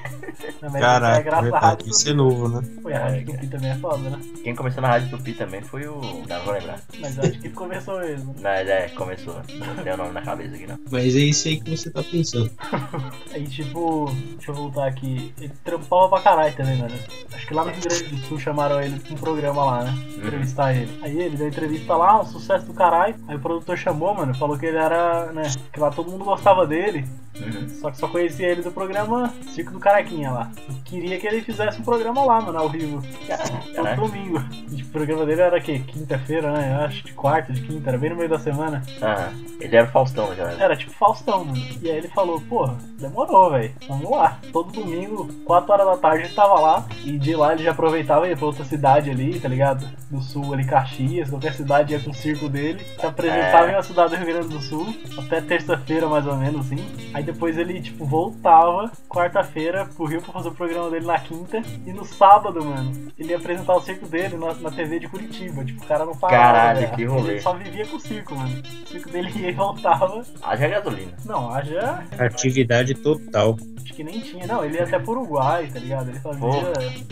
[SPEAKER 3] Não, mas é
[SPEAKER 2] Caraca,
[SPEAKER 3] graça à
[SPEAKER 2] verdade,
[SPEAKER 3] rádio
[SPEAKER 2] isso é novo, né?
[SPEAKER 3] Tupi. Foi a Rádio Tupi também é foda, né?
[SPEAKER 1] Quem começou na Rádio Tupi também foi o. Não, vou lembrar.
[SPEAKER 3] Mas acho que começou mesmo.
[SPEAKER 1] Mas é, começou. Não tem o nome na cabeça aqui, não.
[SPEAKER 2] Mas é isso aí que você tá pensando.
[SPEAKER 3] Aí, tipo, deixa eu voltar aqui. Ele trampava pra caralho também, mano. Acho que lá no Rio Grande do Sul chamaram ele pra um programa lá, né? Entrevistar ele. Aí ele deu entrevista lá, um sucesso do caralho. Aí o produtor chamou, mano, falou que ele era, né? Que lá todo mundo gostava dele.
[SPEAKER 1] Uhum.
[SPEAKER 3] Só que só conhecia ele do programa Circo do Caraquinha lá. E queria que ele fizesse um programa lá, mano, ao vivo. Todo
[SPEAKER 1] Caraca.
[SPEAKER 3] domingo. E o programa dele era o quê? Quinta-feira, né? Eu acho, de quarta, de quinta, era bem no meio da semana.
[SPEAKER 1] Aham. Ele era o Faustão, já.
[SPEAKER 3] Era tipo Faustão, mano. E aí ele falou, porra, demorou, velho. Vamos lá. Todo domingo, 4 horas da tarde, ele tava lá. E de lá ele já aproveitava e ia pra outra cidade ali, tá ligado? Do sul ali, Caxias, qualquer cidade ia com o circo dele. Se apresentava
[SPEAKER 1] É.
[SPEAKER 3] em uma cidade do Rio Grande do Sul, até terça-feira mais ou menos, assim. Aí depois ele, tipo, voltava quarta-feira pro Rio pra fazer o programa dele na quinta. E no sábado, mano, ele ia apresentar o circo dele na, na TV de Curitiba. Tipo, o cara não parava.
[SPEAKER 1] Caralho,
[SPEAKER 3] velho.
[SPEAKER 1] que rolê.
[SPEAKER 3] é. Ele só vivia com o circo, mano. O circo dele ia e voltava.
[SPEAKER 1] Haja gasolina.
[SPEAKER 3] Não, haja.
[SPEAKER 2] Atividade total.
[SPEAKER 3] Acho que nem tinha. Não, ele ia até pro Uruguai, tá ligado? Ele fazia.
[SPEAKER 1] Pô.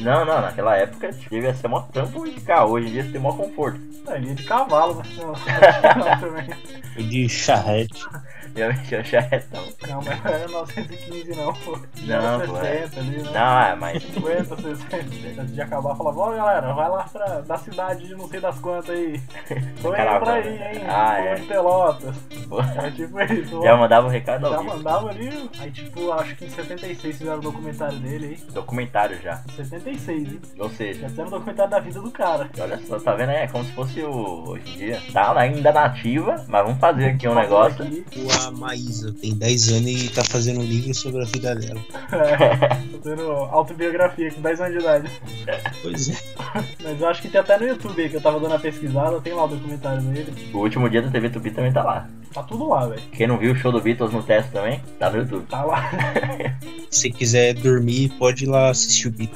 [SPEAKER 1] Não, não, naquela época tipo, devia ser mó trampo de carro. Hoje em dia você tem mó conforto. (laughs)
[SPEAKER 3] Não, ele ia de cavalo, mas não. (laughs) não, também.
[SPEAKER 2] Foi de charrete.
[SPEAKER 1] Realmente eu achei retão.
[SPEAKER 3] não, mas não era 915, não, pô. Já
[SPEAKER 1] Não,
[SPEAKER 3] era
[SPEAKER 1] pô,
[SPEAKER 3] 60 ali, né?
[SPEAKER 1] Não, é, mas.
[SPEAKER 3] 50, 60. Antes de acabar, falava, ó galera, vai lá pra, da cidade de não sei das quantas
[SPEAKER 1] (laughs)
[SPEAKER 3] aí. Tô indo pra
[SPEAKER 1] Caravana.
[SPEAKER 3] aí, hein?
[SPEAKER 1] Ah,
[SPEAKER 3] Tô
[SPEAKER 1] é.
[SPEAKER 3] de pelotas.
[SPEAKER 1] Pô,
[SPEAKER 3] Era tipo isso,
[SPEAKER 1] Já
[SPEAKER 3] ó.
[SPEAKER 1] mandava o recado
[SPEAKER 3] Já
[SPEAKER 1] ao vivo.
[SPEAKER 3] mandava ali. Aí, tipo, acho que em 76 fizeram o documentário dele aí.
[SPEAKER 1] Documentário já.
[SPEAKER 3] 76, hein?
[SPEAKER 1] Ou seja,
[SPEAKER 3] Já fizeram o documentário da vida do cara.
[SPEAKER 1] olha só, tá vendo? aí? É como se fosse o. Hoje em dia. Tá ainda nativa, mas vamos fazer aqui um
[SPEAKER 3] Passando
[SPEAKER 1] negócio.
[SPEAKER 3] aqui.
[SPEAKER 2] A Maísa tem 10 anos e tá fazendo um livro sobre a vida dela.
[SPEAKER 3] É, tô tendo autobiografia com 10 anos de idade.
[SPEAKER 2] Pois é.
[SPEAKER 3] Mas eu acho que tem até no YouTube aí que eu tava dando a pesquisada, tem lá o documentário dele.
[SPEAKER 1] O último dia da TV Tupi também tá lá.
[SPEAKER 3] Tá tudo lá, velho.
[SPEAKER 1] Quem não viu o show do Beatles no teste também, tá no YouTube.
[SPEAKER 3] Tá lá. (laughs)
[SPEAKER 2] Se quiser dormir, pode ir lá assistir o Beat.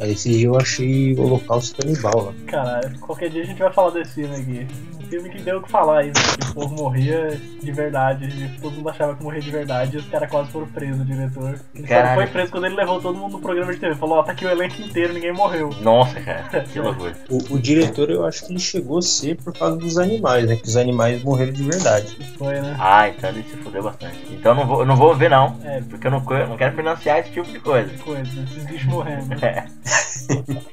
[SPEAKER 2] Aí esse dia eu achei o né? Holocausto Canibal lá.
[SPEAKER 3] Caralho, qualquer dia a gente vai falar desse filme aqui. Um filme que deu o que falar aí, velho. que O povo morria de verdade, e todo mundo achava que morria de verdade, e os caras quase foram presos, o diretor. Ele só
[SPEAKER 1] Caralho.
[SPEAKER 3] foi preso quando ele levou todo mundo no programa de TV. Falou, ó, tá aqui o elenco inteiro, ninguém morreu.
[SPEAKER 1] Nossa, cara, (laughs) que loucura.
[SPEAKER 2] O, o diretor eu acho que ele chegou a ser por causa dos animais, né? Que os animais morreram de verdade.
[SPEAKER 3] Foi, né?
[SPEAKER 1] Ah, então ele se fudeu bastante. Então eu não vou, eu não vou ver não,
[SPEAKER 3] É,
[SPEAKER 1] porque eu não, co- eu não quero financiar esse tipo de coisa. (laughs)
[SPEAKER 3] coisa, esses bichos morrendo.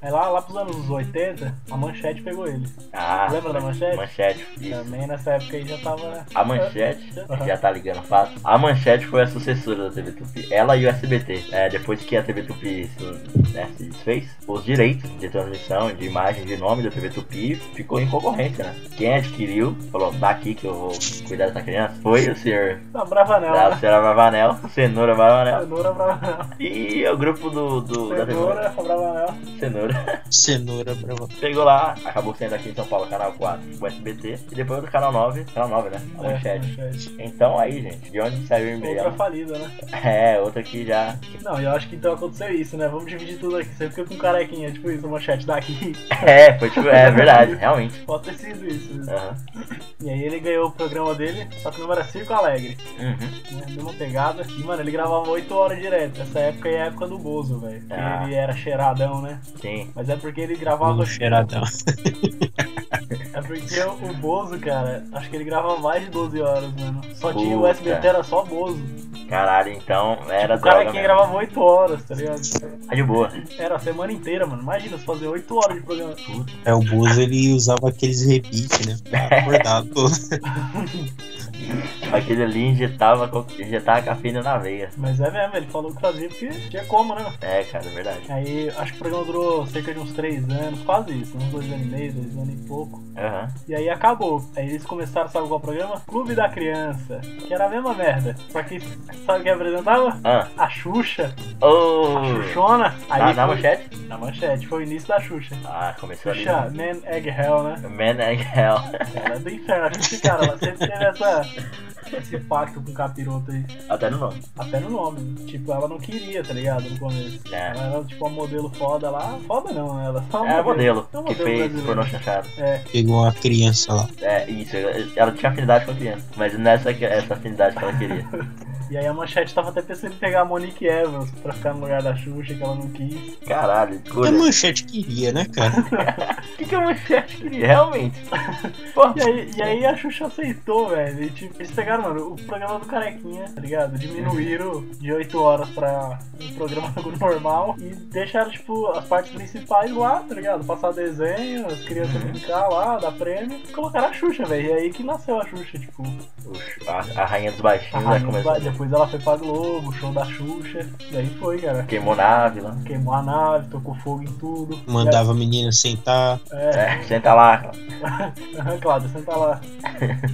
[SPEAKER 3] Aí lá, lá pros anos 80, a manchete pegou ele.
[SPEAKER 1] Ah,
[SPEAKER 3] Lembra da manchete?
[SPEAKER 1] manchete. Isso.
[SPEAKER 3] Também nessa época aí já tava.
[SPEAKER 1] A manchete, já tá ligando fácil. A manchete foi a sucessora da TV Tupi. Ela e o SBT. É, depois que a TV Tupi se, né, se desfez, os direitos de transmissão, de imagem, de nome da TV Tupi ficou em concorrência, né? Quem adquiriu, falou, tá aqui que eu vou cuidar dessa criança, foi o senhor
[SPEAKER 3] Não, brava não.
[SPEAKER 1] da
[SPEAKER 3] né?
[SPEAKER 1] senhora Bravanel, cenoura Bravanel.
[SPEAKER 3] Cenoura brava não.
[SPEAKER 1] E o grupo do, do da
[SPEAKER 3] Cenoura
[SPEAKER 1] TV
[SPEAKER 3] brava não.
[SPEAKER 1] Cenoura. (laughs)
[SPEAKER 2] Cenoura brava.
[SPEAKER 1] Pegou lá, acabou sendo aqui em São Paulo, canal 4, o SBT, e depois do canal 9, canal 9, né? A
[SPEAKER 3] É,
[SPEAKER 1] manchete.
[SPEAKER 3] manchete.
[SPEAKER 1] Então aí, gente, de onde saiu o e-mail?
[SPEAKER 3] Outra falida, né?
[SPEAKER 1] É, outra que já.
[SPEAKER 3] Não, eu acho que então aconteceu isso, né? Vamos dividir tudo aqui. Você fica com carequinha, tipo isso, a manchete daqui. (laughs)
[SPEAKER 1] É, foi tipo, é verdade, realmente.
[SPEAKER 3] Pode ter sido isso.
[SPEAKER 1] Aham.
[SPEAKER 3] E aí ele ganhou o programa dele, só que o nome era Circo Alegre.
[SPEAKER 1] Uhum.
[SPEAKER 3] né? Mesma pegada. E, mano, ele gravava 8 horas direto. Essa época aí é a época do Bozo, velho. Que
[SPEAKER 1] Ah.
[SPEAKER 3] Ele era cheiradão, né?
[SPEAKER 1] Sim.
[SPEAKER 3] Mas é porque ele
[SPEAKER 2] Fala
[SPEAKER 3] gravava.
[SPEAKER 2] cheiradão.
[SPEAKER 3] É porque o Bozo, cara, acho que ele gravava mais de 12 horas, mano. Só tinha o
[SPEAKER 1] Puta.
[SPEAKER 3] SBT, era só Bozo.
[SPEAKER 1] Caralho, então era
[SPEAKER 3] o cara
[SPEAKER 1] droga
[SPEAKER 3] que
[SPEAKER 1] mesmo.
[SPEAKER 3] gravava 8 horas, tá ligado?
[SPEAKER 1] Tá de boa.
[SPEAKER 3] Era a semana inteira, mano. Imagina se fazer 8 horas de programa.
[SPEAKER 2] É, o Bozo ele usava aqueles repites, né? Pra acordar todo.
[SPEAKER 1] Aquele ali injetava, co- injetava cafeína na veia.
[SPEAKER 3] Mas é mesmo, ele falou que fazia porque tinha como, né? mano?
[SPEAKER 1] É, cara, é verdade.
[SPEAKER 3] Aí acho que o programa durou cerca de uns 3 anos, quase isso, uns 2 anos e meio, 2 anos e pouco.
[SPEAKER 1] Aham.
[SPEAKER 3] E aí acabou. Aí eles começaram, sabe qual é programa? Clube da Criança, que era a mesma merda. Só que sabe quem apresentava?
[SPEAKER 1] Ah.
[SPEAKER 3] A Xuxa,
[SPEAKER 1] Oh.
[SPEAKER 3] a Xuxona. Aí
[SPEAKER 1] Ah, na
[SPEAKER 3] foi-
[SPEAKER 1] manchete?
[SPEAKER 3] na manchete, foi o início da Xuxa.
[SPEAKER 1] Ah, começou ali.
[SPEAKER 3] Xuxa, Man Egg Hell, né?
[SPEAKER 1] Man é, and Hell.
[SPEAKER 3] Era do inferno. Acho que, cara, ela sempre teve essa, esse pacto com o capiroto aí.
[SPEAKER 1] Até no nome.
[SPEAKER 3] Até no nome. Tipo, ela não queria, tá ligado? No começo.
[SPEAKER 1] É.
[SPEAKER 3] Ela era tipo uma modelo foda lá. Foda não, né? Ela só uma
[SPEAKER 1] É modelo,
[SPEAKER 3] É um
[SPEAKER 1] que
[SPEAKER 3] modelo É,
[SPEAKER 1] fez
[SPEAKER 3] brasileiro.
[SPEAKER 1] pornô chanchado.
[SPEAKER 2] Pegou uma criança lá.
[SPEAKER 1] É, isso, ela tinha afinidade com a criança, mas não é essa, essa afinidade que ela
[SPEAKER 3] (laughs)
[SPEAKER 1] queria.
[SPEAKER 3] E aí a manchete tava até pensando em pegar a Monique Evans pra ficar no lugar da Xuxa, que ela não quis.
[SPEAKER 1] Caralho,
[SPEAKER 2] A
[SPEAKER 1] escolha.
[SPEAKER 2] manchete queria, né, cara?
[SPEAKER 1] O que, que a manchete queria,
[SPEAKER 3] (laughs)
[SPEAKER 1] realmente? Porra,
[SPEAKER 3] E aí, e aí a Xuxa aceitou, velho. E tipo, eles pegaram, mano, o programa do Carequinha, tá ligado? Diminuíram de 8 horas pra um programa (laughs) normal e deixaram, tipo, as partes principais lá, tá ligado? Passar desenho, as crianças brincar lá, dar prêmio. E colocaram a Xuxa, velho. E aí que nasceu a Xuxa, tipo,
[SPEAKER 1] Oxe, a, a rainha dos baixinhos
[SPEAKER 3] Ah,
[SPEAKER 1] né,
[SPEAKER 3] não
[SPEAKER 1] começou.
[SPEAKER 3] vai- depois ela foi pra Globo, show da Xuxa, daí foi, cara.
[SPEAKER 1] Queimou nave lá.
[SPEAKER 3] Queimou a nave, tocou fogo em tudo.
[SPEAKER 2] Mandava a menina sentar.
[SPEAKER 3] É,
[SPEAKER 1] É, senta lá. cara.
[SPEAKER 3] aham, Cláudio, senta
[SPEAKER 1] (laughs)
[SPEAKER 3] tá lá.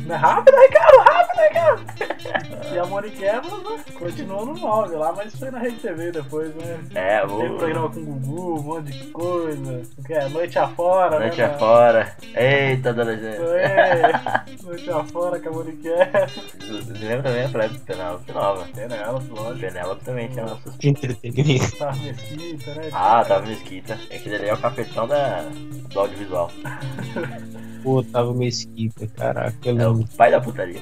[SPEAKER 3] Não é rápido, Ricardo, rápido, Ricardo! E a Monique Evans, né, continuou no 9 lá, mas foi na Rede TV depois, né?
[SPEAKER 1] É,
[SPEAKER 3] Teve
[SPEAKER 1] vou.
[SPEAKER 3] programa com o Gugu, um monte de coisa. O que é? Noite afora, né?
[SPEAKER 1] Noite
[SPEAKER 3] na-
[SPEAKER 1] afora. Eita, dona Jane. (laughs)
[SPEAKER 3] Foi, Noite afora com a Monique Evans.
[SPEAKER 1] É, Lembra também a frase do Penélope Nova?
[SPEAKER 3] Penelas, lógico.
[SPEAKER 1] Penélope também tinha nossos.
[SPEAKER 2] de entretenimento.
[SPEAKER 3] Tá mesquita, né?
[SPEAKER 1] Ah, tava no Esquita. Aquele ali é o capetão da... do audiovisual.
[SPEAKER 2] Pô, tava mesquita, caraca, eu
[SPEAKER 1] É
[SPEAKER 2] lembro.
[SPEAKER 1] o pai da putaria.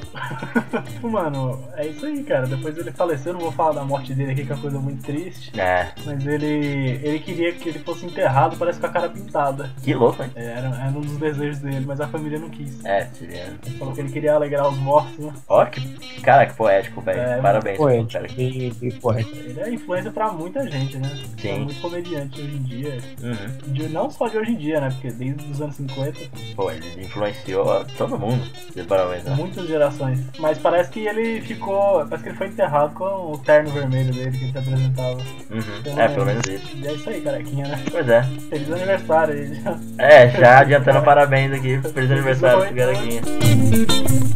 [SPEAKER 3] Tipo, mano, é isso aí, cara. Depois ele faleceu, não vou falar da morte dele aqui, que é uma coisa muito triste.
[SPEAKER 1] É,
[SPEAKER 3] Mas ele. ele queria que ele fosse enterrado, parece com a cara pintada.
[SPEAKER 1] que louco, hein?
[SPEAKER 3] É, Era, era um dos desejos dele, mas a família não quis.
[SPEAKER 1] É, seria.
[SPEAKER 3] Ele falou que ele queria alegrar os mortos, né?
[SPEAKER 1] Ó, que. Cara, que poético, velho.
[SPEAKER 3] É,
[SPEAKER 1] Parabéns pro
[SPEAKER 2] Poético,
[SPEAKER 1] cara.
[SPEAKER 2] bem, bem poético.
[SPEAKER 3] Ele é influência pra muita gente, né? É
[SPEAKER 1] Sim.
[SPEAKER 3] muito comediante hoje em dia.
[SPEAKER 1] Uhum.
[SPEAKER 3] De- não só de hoje em dia, né? Porque desde os anos 50,
[SPEAKER 1] Pô, ele influenciou todo mundo. né? Se parar pra
[SPEAKER 2] É.
[SPEAKER 1] pensar.
[SPEAKER 3] muitas gerações. Mas parece que ele ficou. Parece que ele foi enterrado com o terno vermelho dele que ele se apresentava.
[SPEAKER 1] Uhum. É, pelo menos isso.
[SPEAKER 3] E é isso aí, carequinha, né?
[SPEAKER 1] Pois é.
[SPEAKER 3] Feliz aniversário aí.
[SPEAKER 1] É, já adiantando parabéns aqui. Feliz aniversário pro
[SPEAKER 3] Muito
[SPEAKER 1] Garaguinha.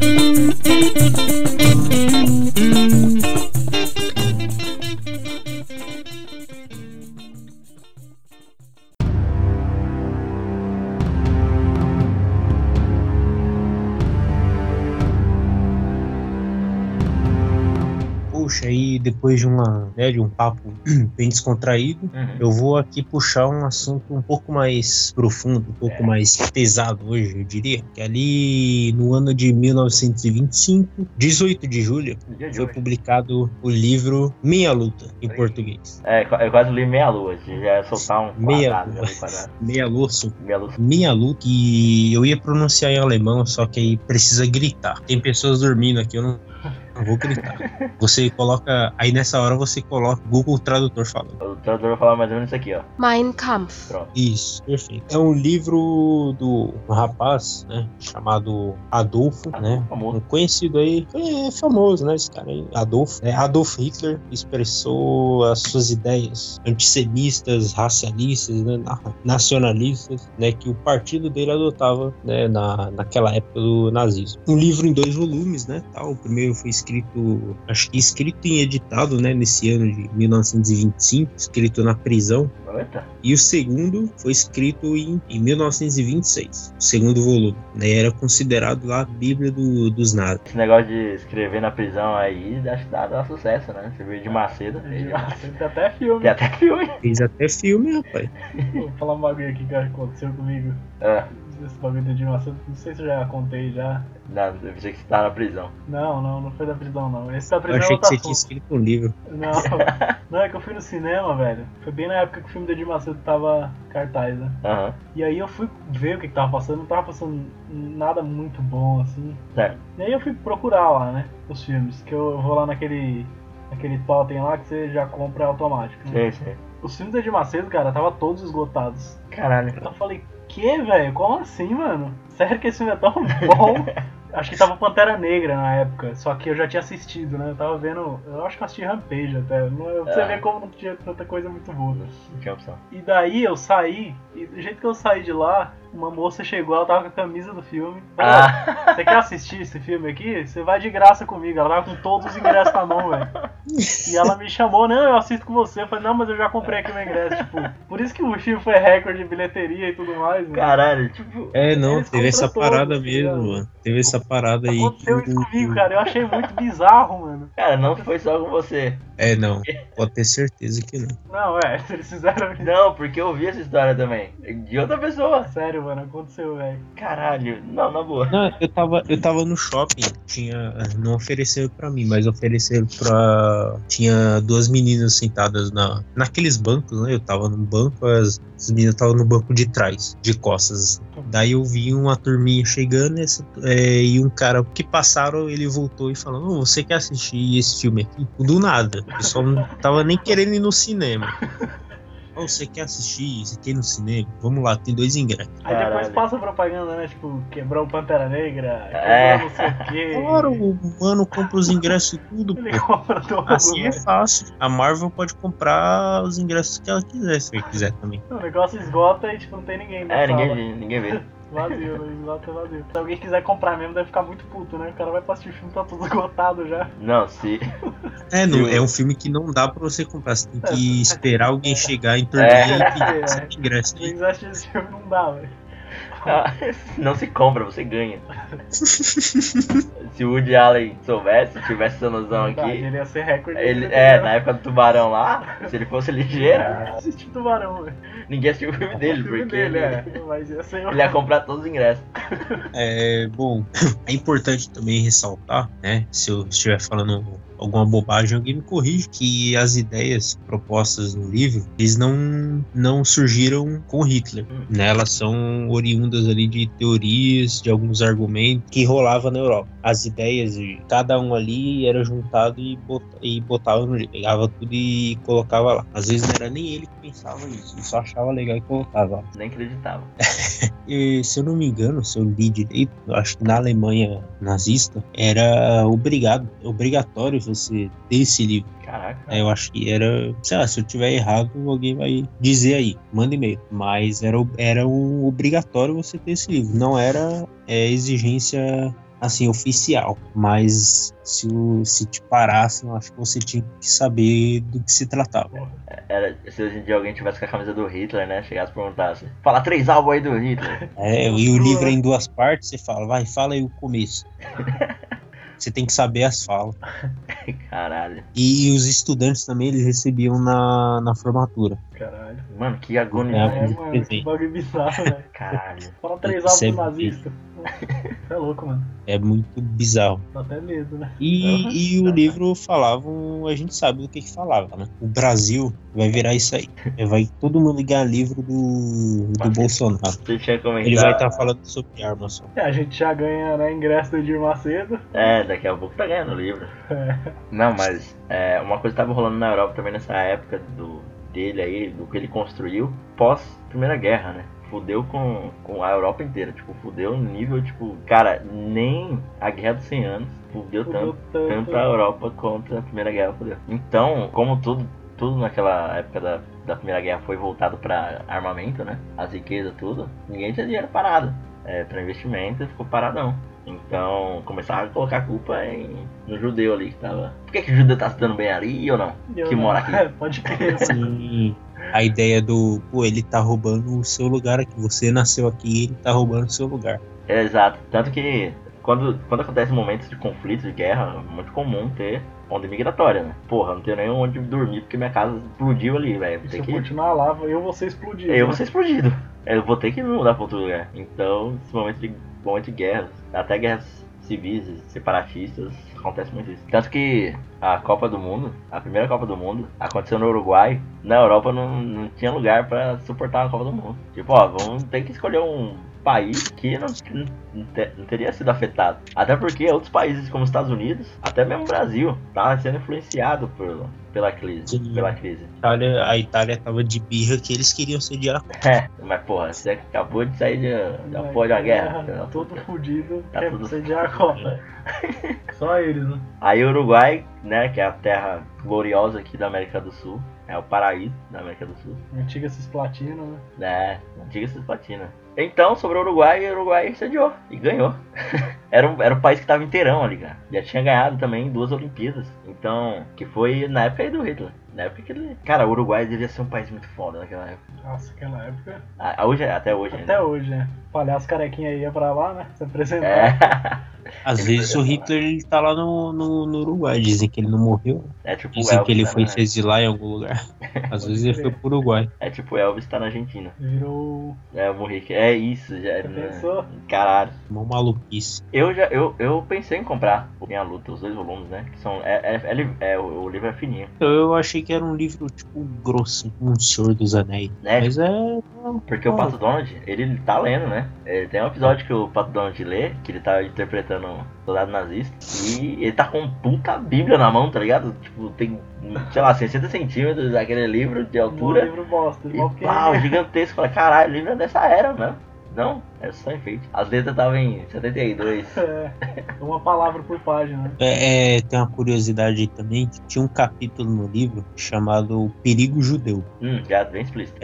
[SPEAKER 2] Poxa, aí depois de uma, né, de um papo (clears throat) bem descontraído,
[SPEAKER 1] Uhum.
[SPEAKER 2] eu vou aqui puxar um assunto um pouco mais profundo, um pouco
[SPEAKER 1] É.
[SPEAKER 2] mais pesado hoje, eu diria. Que ali no ano de 1925, 18 de julho,
[SPEAKER 1] Dia de
[SPEAKER 2] foi
[SPEAKER 1] hoje.
[SPEAKER 2] publicado o livro Minha Luta, em
[SPEAKER 1] Aí.
[SPEAKER 2] português.
[SPEAKER 1] É, qua- eu quase li meia lua. Se já ia soltar um
[SPEAKER 2] Meia
[SPEAKER 1] quadrado,
[SPEAKER 2] lua.
[SPEAKER 1] já li quadrado.
[SPEAKER 2] Meia Lua,
[SPEAKER 1] Meia lua.
[SPEAKER 2] Minha luta, e eu ia pronunciar em alemão, só que aí precisa gritar. Tem pessoas dormindo aqui, eu não, não
[SPEAKER 1] (laughs)
[SPEAKER 2] vou gritar. Você coloca. Aí nessa hora você coloca o Google Tradutor falando.
[SPEAKER 1] O tradutor vai falar mais ou menos isso aqui, ó.
[SPEAKER 4] Mein Kampf.
[SPEAKER 1] Pronto.
[SPEAKER 2] Isso, perfeito. É um livro do um rapaz, né? Chamado Adolfo, né? Um
[SPEAKER 1] Famoso.
[SPEAKER 2] conhecido aí, é famoso, né? Esse cara aí, Adolf. né, Adolf Hitler expressou as suas ideias antissemistas, racialistas, né, na- nacionalistas, né? Que o partido dele adotava, né? Na, naquela época do nazismo. Um livro em dois volumes, né? Tal. O primeiro foi escrito, acho que escrito e editado, né? Nesse ano de 1925, escrito na prisão
[SPEAKER 1] Eita.
[SPEAKER 2] e o segundo foi escrito em, em 1926, o segundo volume. né? Era considerado lá a Bíblia do- dos nada.
[SPEAKER 1] Esse negócio de escrever na prisão aí, acho que dá, dá sucesso, né? Você veio de Macedo.
[SPEAKER 3] Uhum.
[SPEAKER 1] veio de Macedo.
[SPEAKER 3] (laughs) Tem até
[SPEAKER 2] (laughs)
[SPEAKER 3] filme.
[SPEAKER 1] Tem até filme.
[SPEAKER 3] É.
[SPEAKER 2] Fez até filme, rapaz.
[SPEAKER 3] Vou falar um bagulho aqui que aconteceu comigo.
[SPEAKER 1] Ah,
[SPEAKER 3] Esse bagulho do Edir Macedo, não sei se eu já contei já.
[SPEAKER 1] não, eu pensei que você tá na prisão.
[SPEAKER 3] Não, não, não foi da prisão não. Esse da
[SPEAKER 2] Eu
[SPEAKER 3] prisão é
[SPEAKER 2] achei que
[SPEAKER 3] outro
[SPEAKER 2] você tinha
[SPEAKER 3] assunto.
[SPEAKER 2] escrito um livro.
[SPEAKER 3] Não, (laughs) não, é que eu fui no cinema, velho. Foi bem na época que o filme do Edir Macedo tava em cartaz, né?
[SPEAKER 1] Aham.
[SPEAKER 3] E aí eu fui ver o que, que tava passando, não tava passando nada muito bom, assim.
[SPEAKER 1] Certo.
[SPEAKER 3] E aí eu fui procurar lá, né, os filmes. Que eu vou lá naquele... Aquele totem lá que você já compra automático. né?
[SPEAKER 1] Sei, sei.
[SPEAKER 3] Os filmes do Edir Macedo, cara, tava todos esgotados.
[SPEAKER 1] Caralho.
[SPEAKER 3] Eu falei, que, velho? Como assim, mano? Sério que esse filme é tão bom? Acho que tava o Pantera Negra na época, só que eu já tinha assistido, né? Eu tava vendo. Eu acho que eu assisti Rampage até. Não, pra você
[SPEAKER 1] Ah.
[SPEAKER 3] ver como não tinha tanta coisa muito boa.
[SPEAKER 1] Não tinha opção.
[SPEAKER 3] E daí eu saí, e do jeito que eu saí de lá, uma moça chegou, ela tava com a camisa do filme. Falou,
[SPEAKER 1] Ah,
[SPEAKER 3] você quer assistir esse filme aqui? Você vai de graça comigo. Ela tava com todos os ingressos na mão, velho. E ela me chamou, não, eu assisto com você. Eu falei, não, mas eu já comprei aqui o meu ingresso. Tipo, por isso que o filme foi recorde de bilheteria e tudo mais, (laughs) né?
[SPEAKER 1] caralho, tipo.
[SPEAKER 2] É, não,
[SPEAKER 3] Eles
[SPEAKER 2] teve essa
[SPEAKER 3] compram todos,
[SPEAKER 2] parada
[SPEAKER 3] tá
[SPEAKER 2] mesmo,
[SPEAKER 3] ligado?
[SPEAKER 2] mano. Teve essa parada aí.
[SPEAKER 3] Aconteceu isso comigo, cara. Eu achei muito bizarro, mano.
[SPEAKER 1] Cara, não foi só com você.
[SPEAKER 2] É, não. Pode ter certeza que não.
[SPEAKER 3] Não, é, (laughs) eles fizeram isso.
[SPEAKER 1] Não, porque eu vi essa história também. De outra pessoa.
[SPEAKER 3] Sério, mano, aconteceu, velho.
[SPEAKER 1] Caralho, não, na boa.
[SPEAKER 2] Não, eu tava, eu tava no shopping, tinha. Não ofereceram pra mim, mas ofereceram pra. Tinha duas meninas sentadas na, naqueles bancos, né? Eu tava num banco, as, as meninas estavam no banco de trás, de costas. assim. Daí eu vi uma turminha chegando essa- é, e um cara que passaram, ele voltou e falou: "Ô, você quer assistir esse filme aqui? Do nada. O pessoal não tava nem querendo ir no cinema. "Ô, Você quer assistir isso aqui é no cinema? Vamos lá, tem dois ingressos.
[SPEAKER 3] Aí depois
[SPEAKER 1] Caralho.
[SPEAKER 3] passa propaganda, né? Tipo, quebrou o Pantera Negra, quebrou
[SPEAKER 1] É.
[SPEAKER 3] não sei o quê.
[SPEAKER 2] Claro, o mano compra os ingressos e tudo, pô.
[SPEAKER 3] Ele compra todo
[SPEAKER 2] Assim é
[SPEAKER 3] velho.
[SPEAKER 2] fácil. A Marvel pode comprar os ingressos que ela quiser, se ela quiser também.
[SPEAKER 3] né? O negócio esgota e, tipo, não tem ninguém na
[SPEAKER 1] É,
[SPEAKER 3] sala.
[SPEAKER 1] ninguém vê, ninguém vê.
[SPEAKER 3] Vazio, né? esgota vazio. Se alguém quiser comprar mesmo, deve ficar muito puto, né? O cara vai pra assistir o filme, tá tudo esgotado já.
[SPEAKER 1] Não, se.
[SPEAKER 2] É, não,
[SPEAKER 1] Eu-
[SPEAKER 2] é um filme que não dá pra você comprar. Você tem que esperar alguém chegar em turnê
[SPEAKER 1] É.
[SPEAKER 2] e pedir esse ingresso
[SPEAKER 3] Quem
[SPEAKER 2] aí.
[SPEAKER 3] quiser né? assistir esse filme não dá, velho.
[SPEAKER 1] Ah, (laughs) Não se compra, você ganha. Se o Woody Allen soubesse, tivesse essa noção
[SPEAKER 3] Não dá,
[SPEAKER 1] aqui.
[SPEAKER 3] Ele ia ser recorde.
[SPEAKER 1] Ele,
[SPEAKER 3] Ele
[SPEAKER 1] é,
[SPEAKER 3] ia
[SPEAKER 1] na época do tubarão lá, se ele fosse ligeiro,
[SPEAKER 3] Assistir Tubarão, velho.
[SPEAKER 1] ninguém É. assistiu o filme
[SPEAKER 3] O
[SPEAKER 1] dele,
[SPEAKER 3] filme
[SPEAKER 1] porque
[SPEAKER 3] dele,
[SPEAKER 1] ele,
[SPEAKER 3] é. Mas ia ser
[SPEAKER 1] ele ia comprar todos os ingressos.
[SPEAKER 2] É, bom, (coughs) é importante também ressaltar, né? Se eu estiver falando alguma bobagem, alguém me corrige, que as ideias propostas no livro, eles não, não surgiram com Hitler, né? Elas são oriundas ali de teorias, de alguns argumentos que rolava na Europa. As ideias, de cada um ali era juntado e, bot, e botava no livro, pegava tudo e colocava lá. Às vezes não era nem ele que pensava isso, ele só achava legal e colocava lá.
[SPEAKER 1] Nem acreditava.
[SPEAKER 2] E, se eu não me engano, se eu li direito, eu acho que na Alemanha nazista era obrigado, obrigatório você ter esse livro.
[SPEAKER 1] Caraca.
[SPEAKER 2] né? Eu acho que era, sei lá, se eu tiver errado, alguém vai dizer aí, manda e-mail. Mas era, o- era um obrigatório você ter esse livro, não era é, exigência assim oficial. Mas se, o- se te parassem, eu acho que você tinha que saber do que se tratava.
[SPEAKER 1] Era, se hoje em dia alguém tivesse com a camisa do Hitler, né? Chegasse e perguntasse: Fala três álbuns aí do (laughs) Hitler.
[SPEAKER 2] É, e o livro é em duas partes, você fala, vai, fala aí o começo. Você tem que saber as falas.
[SPEAKER 1] Caralho.
[SPEAKER 2] E os estudantes também, eles recebiam na, na formatura.
[SPEAKER 3] Caralho.
[SPEAKER 1] Mano, que
[SPEAKER 2] É,
[SPEAKER 1] agonia.
[SPEAKER 3] É,
[SPEAKER 2] muito
[SPEAKER 3] mano, que
[SPEAKER 2] presente.
[SPEAKER 3] bagulho bizarro,
[SPEAKER 2] É.
[SPEAKER 3] velho.
[SPEAKER 1] Caralho.
[SPEAKER 3] Fala três
[SPEAKER 2] Isso é
[SPEAKER 3] alvos nazista. Você (laughs) é louco, mano.
[SPEAKER 2] É muito bizarro.
[SPEAKER 3] Dá até medo, né?
[SPEAKER 2] E,
[SPEAKER 1] Aham.
[SPEAKER 2] e o livro falavam, a gente sabe do que, que falava, né? O Brasil vai virar isso aí. É, Vai todo mundo ligar livro do, do Bolsonaro.
[SPEAKER 1] Você tinha comentado.
[SPEAKER 2] Ele vai estar falando sobre armas. só.
[SPEAKER 3] É, a gente já ganha né, ingresso do Edir Macedo.
[SPEAKER 1] É, daqui a pouco tá ganhando o livro. Não, mas é, uma coisa que tava rolando na Europa também nessa época do dele aí, do que ele construiu pós Primeira Guerra, né? Fudeu com, com a Europa inteira, tipo, fudeu no nível, tipo, cara, nem a Guerra dos 100 Anos fudeu
[SPEAKER 3] Fudeu
[SPEAKER 1] tanto,
[SPEAKER 3] tanto.
[SPEAKER 1] tanto a Europa quanto a Primeira Guerra fudeu. Então, como tudo, tudo naquela época da, da Primeira Guerra foi voltado pra armamento, né? As riquezas, tudo, ninguém tinha dinheiro parado é, pra investimento, ficou paradão. Então, começaram a colocar a culpa em, no judeu ali que tava. Por que, que o judeu tá se dando bem ali ou não?
[SPEAKER 3] E eu
[SPEAKER 1] Que
[SPEAKER 3] não-
[SPEAKER 1] mora aqui.
[SPEAKER 3] (laughs) É, Pode crer. mano.
[SPEAKER 2] Assim, a ideia do, pô, ele tá roubando o seu lugar aqui. Você nasceu aqui, ele tá roubando o seu lugar.
[SPEAKER 1] É, exato. Tanto que quando, quando acontece momentos de conflito, de guerra, é muito comum ter onda migratória, né? Porra, não tenho nem onde dormir porque minha casa explodiu ali, velho.
[SPEAKER 3] Se
[SPEAKER 1] Tem
[SPEAKER 3] eu
[SPEAKER 1] que...
[SPEAKER 3] continuar lá, eu vou ser explodido. né?
[SPEAKER 1] Eu vou ser explodido. Eu vou ter que me mudar pra outro lugar. Então, esse momento de, momento de guerra, até guerras civis, separatistas, acontece muito isso. Tanto que a Copa do Mundo, a primeira Copa do Mundo, aconteceu no Uruguai. Na Europa não, não tinha lugar pra suportar a Copa do Mundo. Tipo, ó, vamos ter que escolher um país que não, não, te- não teria sido afetado. Até porque outros países como os Estados Unidos, até mesmo o Brasil, tá sendo influenciado por, pela crise.
[SPEAKER 2] Sim.
[SPEAKER 1] Pela crise.
[SPEAKER 2] Itália, a Itália tava de birra que eles queriam sediar
[SPEAKER 1] É, mas porra, você acabou de sair de, da porra de uma guerra. filho da
[SPEAKER 3] É, tá Todo
[SPEAKER 1] puta.
[SPEAKER 3] fudido,
[SPEAKER 1] Tá
[SPEAKER 3] quer
[SPEAKER 1] tudo-
[SPEAKER 3] sediar a Copa. Só eles, né?
[SPEAKER 1] Aí o Uruguai, né, que é a terra gloriosa aqui da América do Sul, é o paraíso da América do Sul.
[SPEAKER 3] Antiga Cisplatina, né?
[SPEAKER 1] É, antiga Cisplatina. Então, sobre o Uruguai, o Uruguai sediou e ganhou. (laughs) era, um, era um país que tava inteirão ali, cara. Já tinha ganhado também duas Olimpíadas. Então, que foi na época aí do Hitler. Na época que ele... Cara, o Uruguai devia ser um país muito foda naquela época.
[SPEAKER 3] Nossa, aquela época.
[SPEAKER 1] Ah, ah, hoje, é- até hoje
[SPEAKER 3] Até
[SPEAKER 1] ainda.
[SPEAKER 3] hoje, né? Palhaço carequinha aí ia pra lá, né? Se apresentar.
[SPEAKER 1] É, (laughs)
[SPEAKER 2] Às vezes o Hitler ele tá lá no, no, no Uruguai, dizem que ele não morreu,
[SPEAKER 1] é tipo o
[SPEAKER 2] dizem
[SPEAKER 1] Elvis.
[SPEAKER 2] que ele
[SPEAKER 1] tá
[SPEAKER 2] foi
[SPEAKER 1] na-
[SPEAKER 2] se exilar em algum
[SPEAKER 1] (laughs)
[SPEAKER 2] lugar. Às vezes ele foi pro Uruguai.
[SPEAKER 1] É tipo o Elvis tá na Argentina.
[SPEAKER 3] Virou.
[SPEAKER 1] É, eu morri. aqui. É isso, já.
[SPEAKER 3] Você pensou?
[SPEAKER 1] Caralho.
[SPEAKER 2] Uma maluquice.
[SPEAKER 1] Eu já eu, eu pensei em comprar o Minha Luta, os dois volumes, né? Que são. É, é, é li- é, o o livro é fininho.
[SPEAKER 2] Eu achei que era um livro, tipo, grosso, um Senhor dos Anéis.
[SPEAKER 1] Né?
[SPEAKER 2] Mas é.
[SPEAKER 1] Porque o Pato Donald, ele tá lendo, né? É, tem um episódio que o Pato Donald lê, que ele tá interpretando um soldado nazista, e ele tá com um puta bíblia na mão, tá ligado? Tipo, tem, sei lá, 60 centímetros daquele livro de
[SPEAKER 3] Um
[SPEAKER 1] altura.
[SPEAKER 3] livro bosta.
[SPEAKER 1] E
[SPEAKER 3] Igual porque
[SPEAKER 1] pau, gigantesco. Falei, caralho, o livro é dessa era, né? Não, é só enfeite. As letras estavam em 72.
[SPEAKER 3] É, uma palavra por página. né?
[SPEAKER 2] É, é, tem uma curiosidade aí também, que tinha um capítulo no livro chamado O Perigo Judeu.
[SPEAKER 1] Hum, já bem explícito.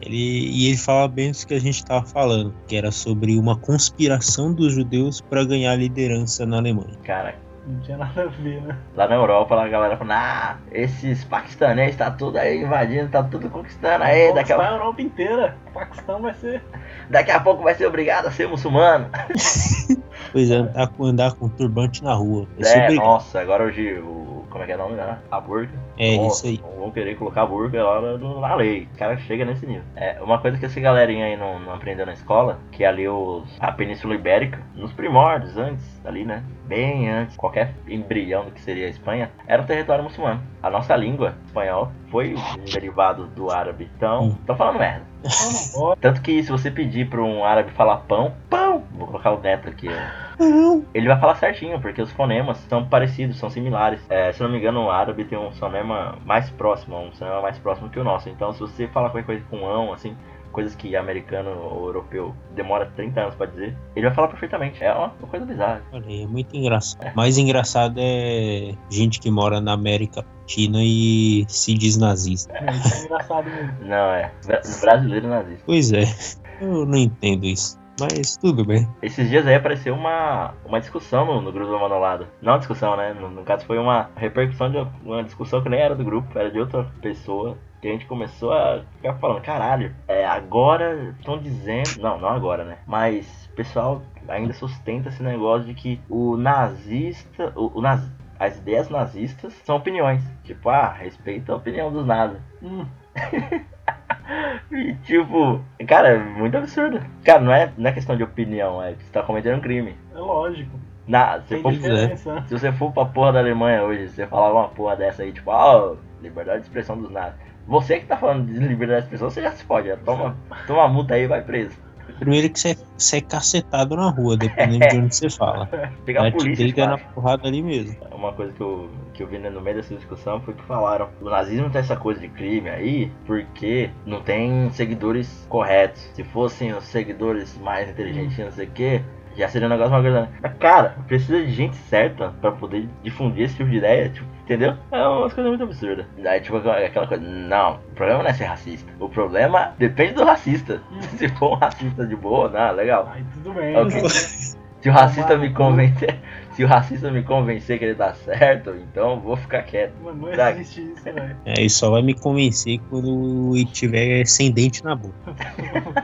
[SPEAKER 2] Ele, e ele fala bem isso que a gente tava falando, que era sobre uma conspiração dos judeus para ganhar liderança na Alemanha.
[SPEAKER 1] Cara,
[SPEAKER 3] Não tinha nada a ver, né?
[SPEAKER 1] Lá na Europa, lá a galera falando, ah, esses paquistanês tá tudo aí invadindo, tá tudo conquistando aí, daqui
[SPEAKER 3] Conquistar
[SPEAKER 1] a,
[SPEAKER 3] a Europa inteira. O Paquistão vai ser.
[SPEAKER 1] daqui a pouco vai ser obrigado a ser muçulmano.
[SPEAKER 2] Pois é, andar com, andar com turbante na rua. É,
[SPEAKER 1] É,
[SPEAKER 2] sobre-
[SPEAKER 1] nossa, agora hoje o. Como é que é o nome lá? A burca.
[SPEAKER 2] é isso
[SPEAKER 1] Nossa,
[SPEAKER 2] aí.
[SPEAKER 1] Vão querer colocar a burca lá na, no- na lei. O cara chega nesse nível. É, uma coisa que essa galerinha aí não, não aprendeu na escola, que é ali os, a Península Ibérica, nos primórdios, antes, ali, né? Bem antes, qualquer embrião do que seria a Espanha, era um território muçulmano. A nossa língua, espanhol, foi um derivado do árabe. Então,
[SPEAKER 2] Hum.
[SPEAKER 1] tô falando merda.
[SPEAKER 3] Eu não gosto.
[SPEAKER 1] Tanto que se você pedir pra um árabe falar pão, pão, vou colocar o neto aqui, ó ele vai falar certinho, porque os fonemas são parecidos, são similares. É, se eu não me engano, o árabe tem um fonema mais próximo, um fonema mais próximo que o nosso. Então, se você falar qualquer coisa com ão, assim, coisas que americano ou europeu demora 30 anos pra dizer, ele vai falar perfeitamente. É uma coisa bizarra.
[SPEAKER 2] Olha, aí, é muito engraçado. Mais engraçado é gente que mora na América Latina e se diz nazista.
[SPEAKER 3] É, isso é engraçado mesmo.
[SPEAKER 1] Não, é. Bra- Brasileiro nazista.
[SPEAKER 2] Pois é, (laughs) eu não entendo isso. Mas tudo bem.
[SPEAKER 1] Esses dias aí apareceu uma, uma discussão no, no grupo do Manolado. Não discussão, né? No, no caso foi uma repercussão de uma discussão que nem era do grupo, era de outra pessoa. Que a gente começou a ficar falando, caralho, é, agora estão dizendo. Não, não agora, né? Mas o pessoal ainda sustenta esse negócio de que o nazista. O, o naz- as ideias nazistas são opiniões. Tipo, ah, respeita a opinião dos nada.
[SPEAKER 3] Hum,
[SPEAKER 1] (laughs) E, tipo, cara, é muito absurdo. Cara, não é, não é questão de opinião, é que você tá cometendo um crime.
[SPEAKER 3] é lógico.
[SPEAKER 1] Na, se,
[SPEAKER 3] Tem
[SPEAKER 1] for,
[SPEAKER 3] diferença, né?
[SPEAKER 1] se você for pra porra da Alemanha hoje, você falar uma porra dessa aí, tipo, ah, liberdade de expressão dos nada. Você que tá falando de liberdade de expressão, você já se pode, já
[SPEAKER 2] (laughs)
[SPEAKER 1] toma, toma multa aí e vai preso.
[SPEAKER 2] Primeiro que você- você é cacetado na rua, dependendo de onde
[SPEAKER 1] (laughs)
[SPEAKER 2] você fala.
[SPEAKER 1] Chega
[SPEAKER 2] Ela
[SPEAKER 1] a
[SPEAKER 2] te
[SPEAKER 1] polícia. te
[SPEAKER 2] deita é na
[SPEAKER 1] bate.
[SPEAKER 2] porrada ali mesmo.
[SPEAKER 1] Uma coisa que eu, que eu vi né, no meio dessa discussão foi que falaram: o nazismo tem essa coisa de crime aí porque não tem seguidores corretos. Se fossem os seguidores mais inteligentes, não sei o que, já seria um negócio mais grande. Mas, cara, precisa de gente certa pra poder difundir esse tipo de ideia, tipo, entendeu? É umas coisas muito absurdas. Daí, tipo, aquela coisa: não, o problema não é ser racista. O problema depende do racista. (laughs) Se for um racista de boa, não, legal.
[SPEAKER 3] Aí tudo bem. né?
[SPEAKER 1] Ok. Se o racista me convencer, (laughs) se o racista me convencer que ele tá certo, então eu vou ficar quieto.
[SPEAKER 3] Mano, não
[SPEAKER 1] Tá.
[SPEAKER 3] existe isso, velho.
[SPEAKER 2] É, e só vai me convencer quando ele tiver sem dente na boca.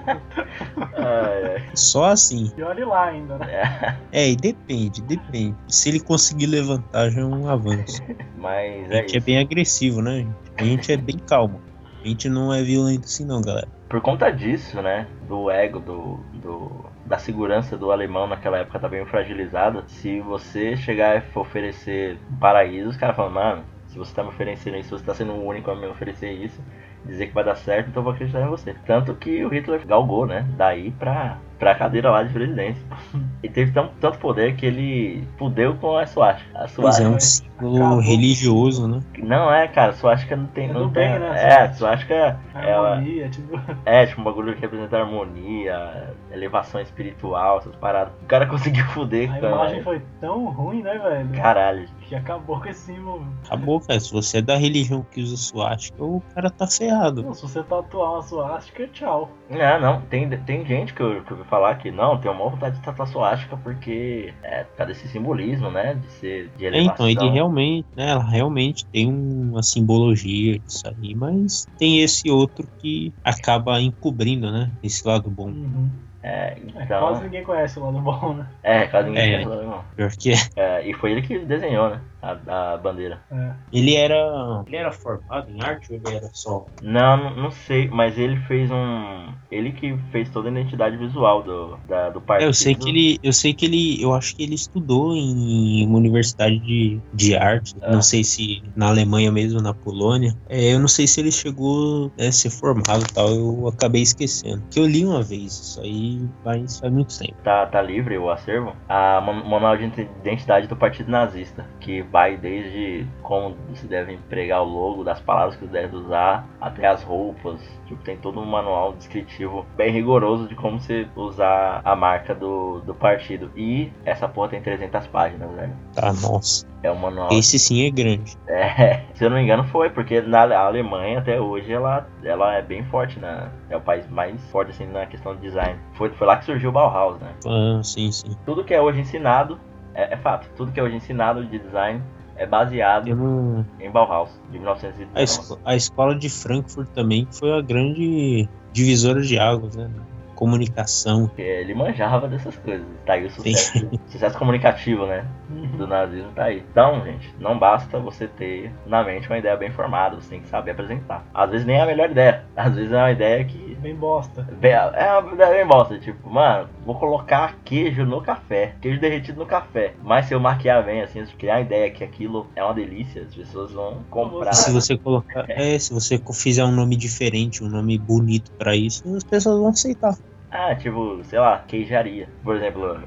[SPEAKER 1] Ai, (laughs) ai.
[SPEAKER 2] Só assim.
[SPEAKER 3] E olhe lá ainda, né?
[SPEAKER 2] É, e depende, depende. Se ele conseguir levantar, já é um avanço.
[SPEAKER 1] Mas
[SPEAKER 2] A
[SPEAKER 1] é
[SPEAKER 2] gente é
[SPEAKER 1] isso.
[SPEAKER 2] bem agressivo, né? gente? A gente é bem calmo. A gente não é violento assim, não, galera.
[SPEAKER 1] Por conta disso, né, do ego, do, do- da segurança do alemão naquela época tá bem fragilizada. Se você chegar e um oferecer paraíso, os caras falam, mano, se você tá me oferecendo isso, você tá sendo o único a me oferecer isso. dizer que vai dar certo, então eu vou acreditar em você. Tanto que o Hitler galgou, né? Daí pra, pra cadeira lá de presidência. (laughs) E teve tão, tanto poder que ele fudeu com a suástica. A
[SPEAKER 2] Pois é,
[SPEAKER 1] suástica
[SPEAKER 2] um símbolo religioso, né?
[SPEAKER 1] não é, cara, suástica não tem.
[SPEAKER 3] É
[SPEAKER 1] Não
[SPEAKER 3] do
[SPEAKER 1] tem
[SPEAKER 3] bem, né,
[SPEAKER 1] é,
[SPEAKER 3] suástica.
[SPEAKER 1] suástica ela,
[SPEAKER 3] Harmonia, tipo.
[SPEAKER 1] é tipo um bagulho que representa harmonia, elevação espiritual, essas paradas. O cara (laughs) conseguiu fuder
[SPEAKER 3] A
[SPEAKER 1] com
[SPEAKER 3] imagem foi tão ruim, né, velho?
[SPEAKER 1] Caralho.
[SPEAKER 3] Que acabou com esse símbolo.
[SPEAKER 2] Acabou, cara. Se você é da religião que usa suástica, o cara tá ferrado.
[SPEAKER 3] Não, se você tatuar uma suástica, tchau.
[SPEAKER 1] Não, Ah, não, tem, tem gente que eu, que eu ouvi falar que não, tem uma vontade de tatuar suástica porque é por causa desse simbolismo, né? De ser de
[SPEAKER 2] É,
[SPEAKER 1] elevação.
[SPEAKER 2] então, ele realmente, né, ela realmente tem uma simbologia disso aí, mas tem esse outro que acaba encobrindo, né, esse lado bom.
[SPEAKER 3] Uhum.
[SPEAKER 1] É,
[SPEAKER 3] É,
[SPEAKER 1] então.
[SPEAKER 3] Quase ninguém conhece o lado bom, né?
[SPEAKER 1] É, quase ninguém
[SPEAKER 2] É.
[SPEAKER 1] tem problema, não.
[SPEAKER 2] Pior que
[SPEAKER 1] É, e foi ele que desenhou, né? A, a bandeira.
[SPEAKER 3] É.
[SPEAKER 2] ele era, ele era formado em arte ou ele era só...
[SPEAKER 1] Não, não- não sei, mas ele fez um. Ele que fez toda a identidade visual do, da, do
[SPEAKER 2] É,
[SPEAKER 1] partido.
[SPEAKER 2] eu sei que ele, eu sei que ele, eu acho que ele estudou em uma universidade de, de arte,
[SPEAKER 1] Ah.
[SPEAKER 2] não sei se na Alemanha mesmo, na Polônia. É, eu não sei se ele chegou né, a ser formado e tal, eu acabei esquecendo. Que eu li uma vez, isso aí faz, faz muito tempo.
[SPEAKER 1] Tá, tá livre o acervo. A man- manual de identidade do partido nazista, que vai desde como se deve empregar o logo, das palavras que se deve usar, até as roupas. Tipo, tem todo um manual descritivo bem rigoroso de como se usar a marca do, do partido. E essa porra tem 300 páginas, velho.
[SPEAKER 2] Tá, nossa.
[SPEAKER 1] É um manual
[SPEAKER 2] Esse sim é grande.
[SPEAKER 1] É, (laughs) se eu não me engano foi, porque na Ale- a Alemanha até hoje ela, ela é bem forte, na, é o país mais forte assim na questão de design. Foi, foi lá que surgiu o Bauhaus, né?
[SPEAKER 2] Ah, sim, sim.
[SPEAKER 1] Tudo que é hoje ensinado, é, é fato, tudo que é hoje ensinado de design é baseado
[SPEAKER 2] Eu não-
[SPEAKER 1] em Bauhaus, de
[SPEAKER 2] A,
[SPEAKER 1] 1919.
[SPEAKER 2] esco- a escola de Frankfurt também foi a grande divisora de águas, né? Comunicação.
[SPEAKER 1] Porque ele manjava dessas coisas, tá aí o sucesso, sucesso comunicativo, né?
[SPEAKER 3] Uhum.
[SPEAKER 1] do nazismo tá aí. Então, gente, não basta você ter na mente uma ideia bem formada, você tem que saber apresentar. Às vezes nem é a melhor ideia, (laughs) às vezes é uma ideia que
[SPEAKER 3] Bem bosta.
[SPEAKER 1] Bem- É uma ideia bem bosta, tipo, mano, vou colocar queijo no café, queijo derretido no café. Mas se eu maquiar bem, assim, se eu criar a ideia que aquilo é uma delícia, as pessoas vão comprar.
[SPEAKER 2] E se você colocar, é, se você co- fizer um nome diferente, um nome bonito pra isso, as pessoas vão aceitar.
[SPEAKER 1] Ah, tipo, sei lá, queijaria. Por exemplo,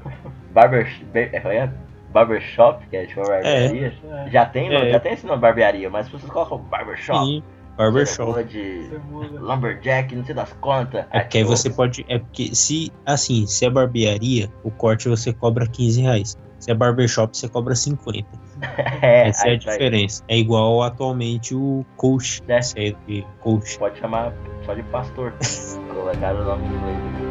[SPEAKER 1] barbershop, é? barbershop que é tipo uma barbearia.
[SPEAKER 3] É.
[SPEAKER 1] Já tem, nome-
[SPEAKER 2] É.
[SPEAKER 1] já tem esse nome barbearia, mas as pessoas colocam barbershop.
[SPEAKER 2] Sim, barbershop.
[SPEAKER 1] Coisa De
[SPEAKER 3] Você é muda.
[SPEAKER 1] lumberjack, não sei das Tipo, contas.
[SPEAKER 2] É porque aí você pode. É porque se, assim, se é barbearia, o corte você cobra 15 reais. Se é barbershop, você cobra 50.
[SPEAKER 1] (laughs) É,
[SPEAKER 2] Essa é a
[SPEAKER 1] aí vai.
[SPEAKER 2] diferença. É igual atualmente o coach.
[SPEAKER 1] É.
[SPEAKER 2] Você é de coach.
[SPEAKER 1] Pode chamar só de pastor. Colocar o nome em inglês.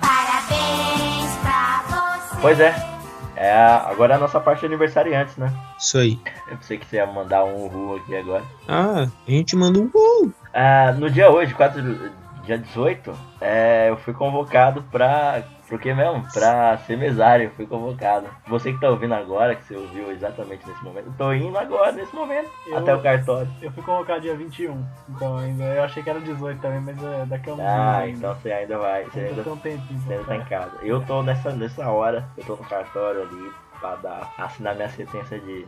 [SPEAKER 4] Parabéns pra você.
[SPEAKER 1] Pois é. É a- agora é a nossa parte de aniversariantes, né?
[SPEAKER 2] Isso aí.
[SPEAKER 1] Eu pensei que você ia mandar um ru aqui agora.
[SPEAKER 2] Ah, a gente manda um gol.
[SPEAKER 1] Ah, no dia hoje, 4 de- dia 18, é, eu fui convocado pra. Por que mesmo? Pra ser mesário, eu fui convocado. Você que tá ouvindo agora, que você ouviu exatamente nesse momento, eu tô indo agora, nesse momento,
[SPEAKER 3] Eu-
[SPEAKER 1] até o cartório.
[SPEAKER 3] Eu fui colocar dia 21, então ainda. Eu achei que era 18 também, mas é daqui a um
[SPEAKER 1] Ah, então você ainda vai. Você ainda
[SPEAKER 3] Ainda tem um tempinho.
[SPEAKER 1] Você não tá em
[SPEAKER 3] pra-
[SPEAKER 1] casa. Eu tô nessa, nessa hora, eu tô no cartório ali pra dar, assinar minha sentença de.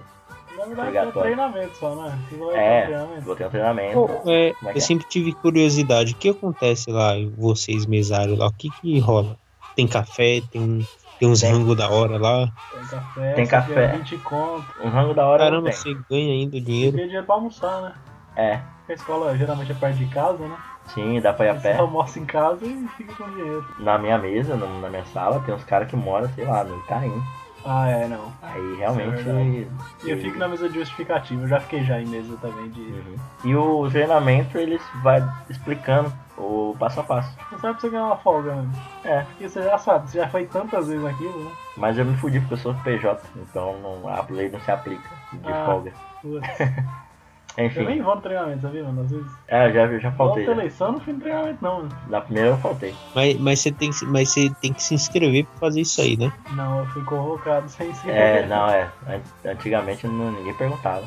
[SPEAKER 3] Na verdade, é
[SPEAKER 1] Obrigatório.
[SPEAKER 3] treinamento só, né? Você vai
[SPEAKER 1] É.
[SPEAKER 3] ter treinamento.
[SPEAKER 1] Vou ter um treinamento.
[SPEAKER 2] Pô, é,
[SPEAKER 1] Como é que
[SPEAKER 2] eu
[SPEAKER 1] é?
[SPEAKER 2] sempre tive curiosidade. O que acontece lá, vocês mesários lá? O que que rola? Tem café, tem, um, tem uns
[SPEAKER 1] Tem.
[SPEAKER 2] rangos da hora lá.
[SPEAKER 3] Tem café,
[SPEAKER 1] Tem
[SPEAKER 3] você
[SPEAKER 1] café.
[SPEAKER 3] ganha 20 conto.
[SPEAKER 1] Um rango da hora eu não
[SPEAKER 2] Caramba,
[SPEAKER 1] tem.
[SPEAKER 2] você ganha ainda o
[SPEAKER 3] Tem
[SPEAKER 2] dinheiro.
[SPEAKER 3] dinheiro pra almoçar, né?
[SPEAKER 1] É,
[SPEAKER 3] Porque a escola geralmente é perto de casa, né?
[SPEAKER 1] sim, dá pra ir É a
[SPEAKER 3] Você
[SPEAKER 1] pé.
[SPEAKER 3] almoça em casa e fica com dinheiro.
[SPEAKER 1] Na minha mesa, no- na minha sala, tem uns caras que moram, sei lá, tá no Itaim.
[SPEAKER 3] Ah, é, não.
[SPEAKER 1] Aí realmente.
[SPEAKER 3] Isso é E eu fico na mesa de justificativa, eu já fiquei já em mesa também de.
[SPEAKER 1] Uhum. E o treinamento eles vai explicando o passo a passo.
[SPEAKER 3] Você sabe pra você ganhar uma folga, mano.
[SPEAKER 1] É.
[SPEAKER 3] Porque você já sabe, você já foi tantas vezes naquilo, né?
[SPEAKER 1] Mas eu me fudi porque eu sou PJ, então não, a lei não se aplica de
[SPEAKER 3] Ah.
[SPEAKER 1] folga.
[SPEAKER 3] Putz. Eu
[SPEAKER 1] Enfim,
[SPEAKER 3] nem vou no treinamento, sabia, mano? Às vezes.
[SPEAKER 1] é, eu já, eu já faltei.
[SPEAKER 3] Volta
[SPEAKER 1] já.
[SPEAKER 3] eleição, não fui no treinamento, não, mano.
[SPEAKER 1] Na primeira eu faltei.
[SPEAKER 2] Mas, mas, você tem, que- mas você tem que se inscrever pra fazer isso aí, né?
[SPEAKER 3] Não, eu fui convocado (laughs) sem ser.
[SPEAKER 1] É, não, é. An- Antigamente não- ninguém perguntava.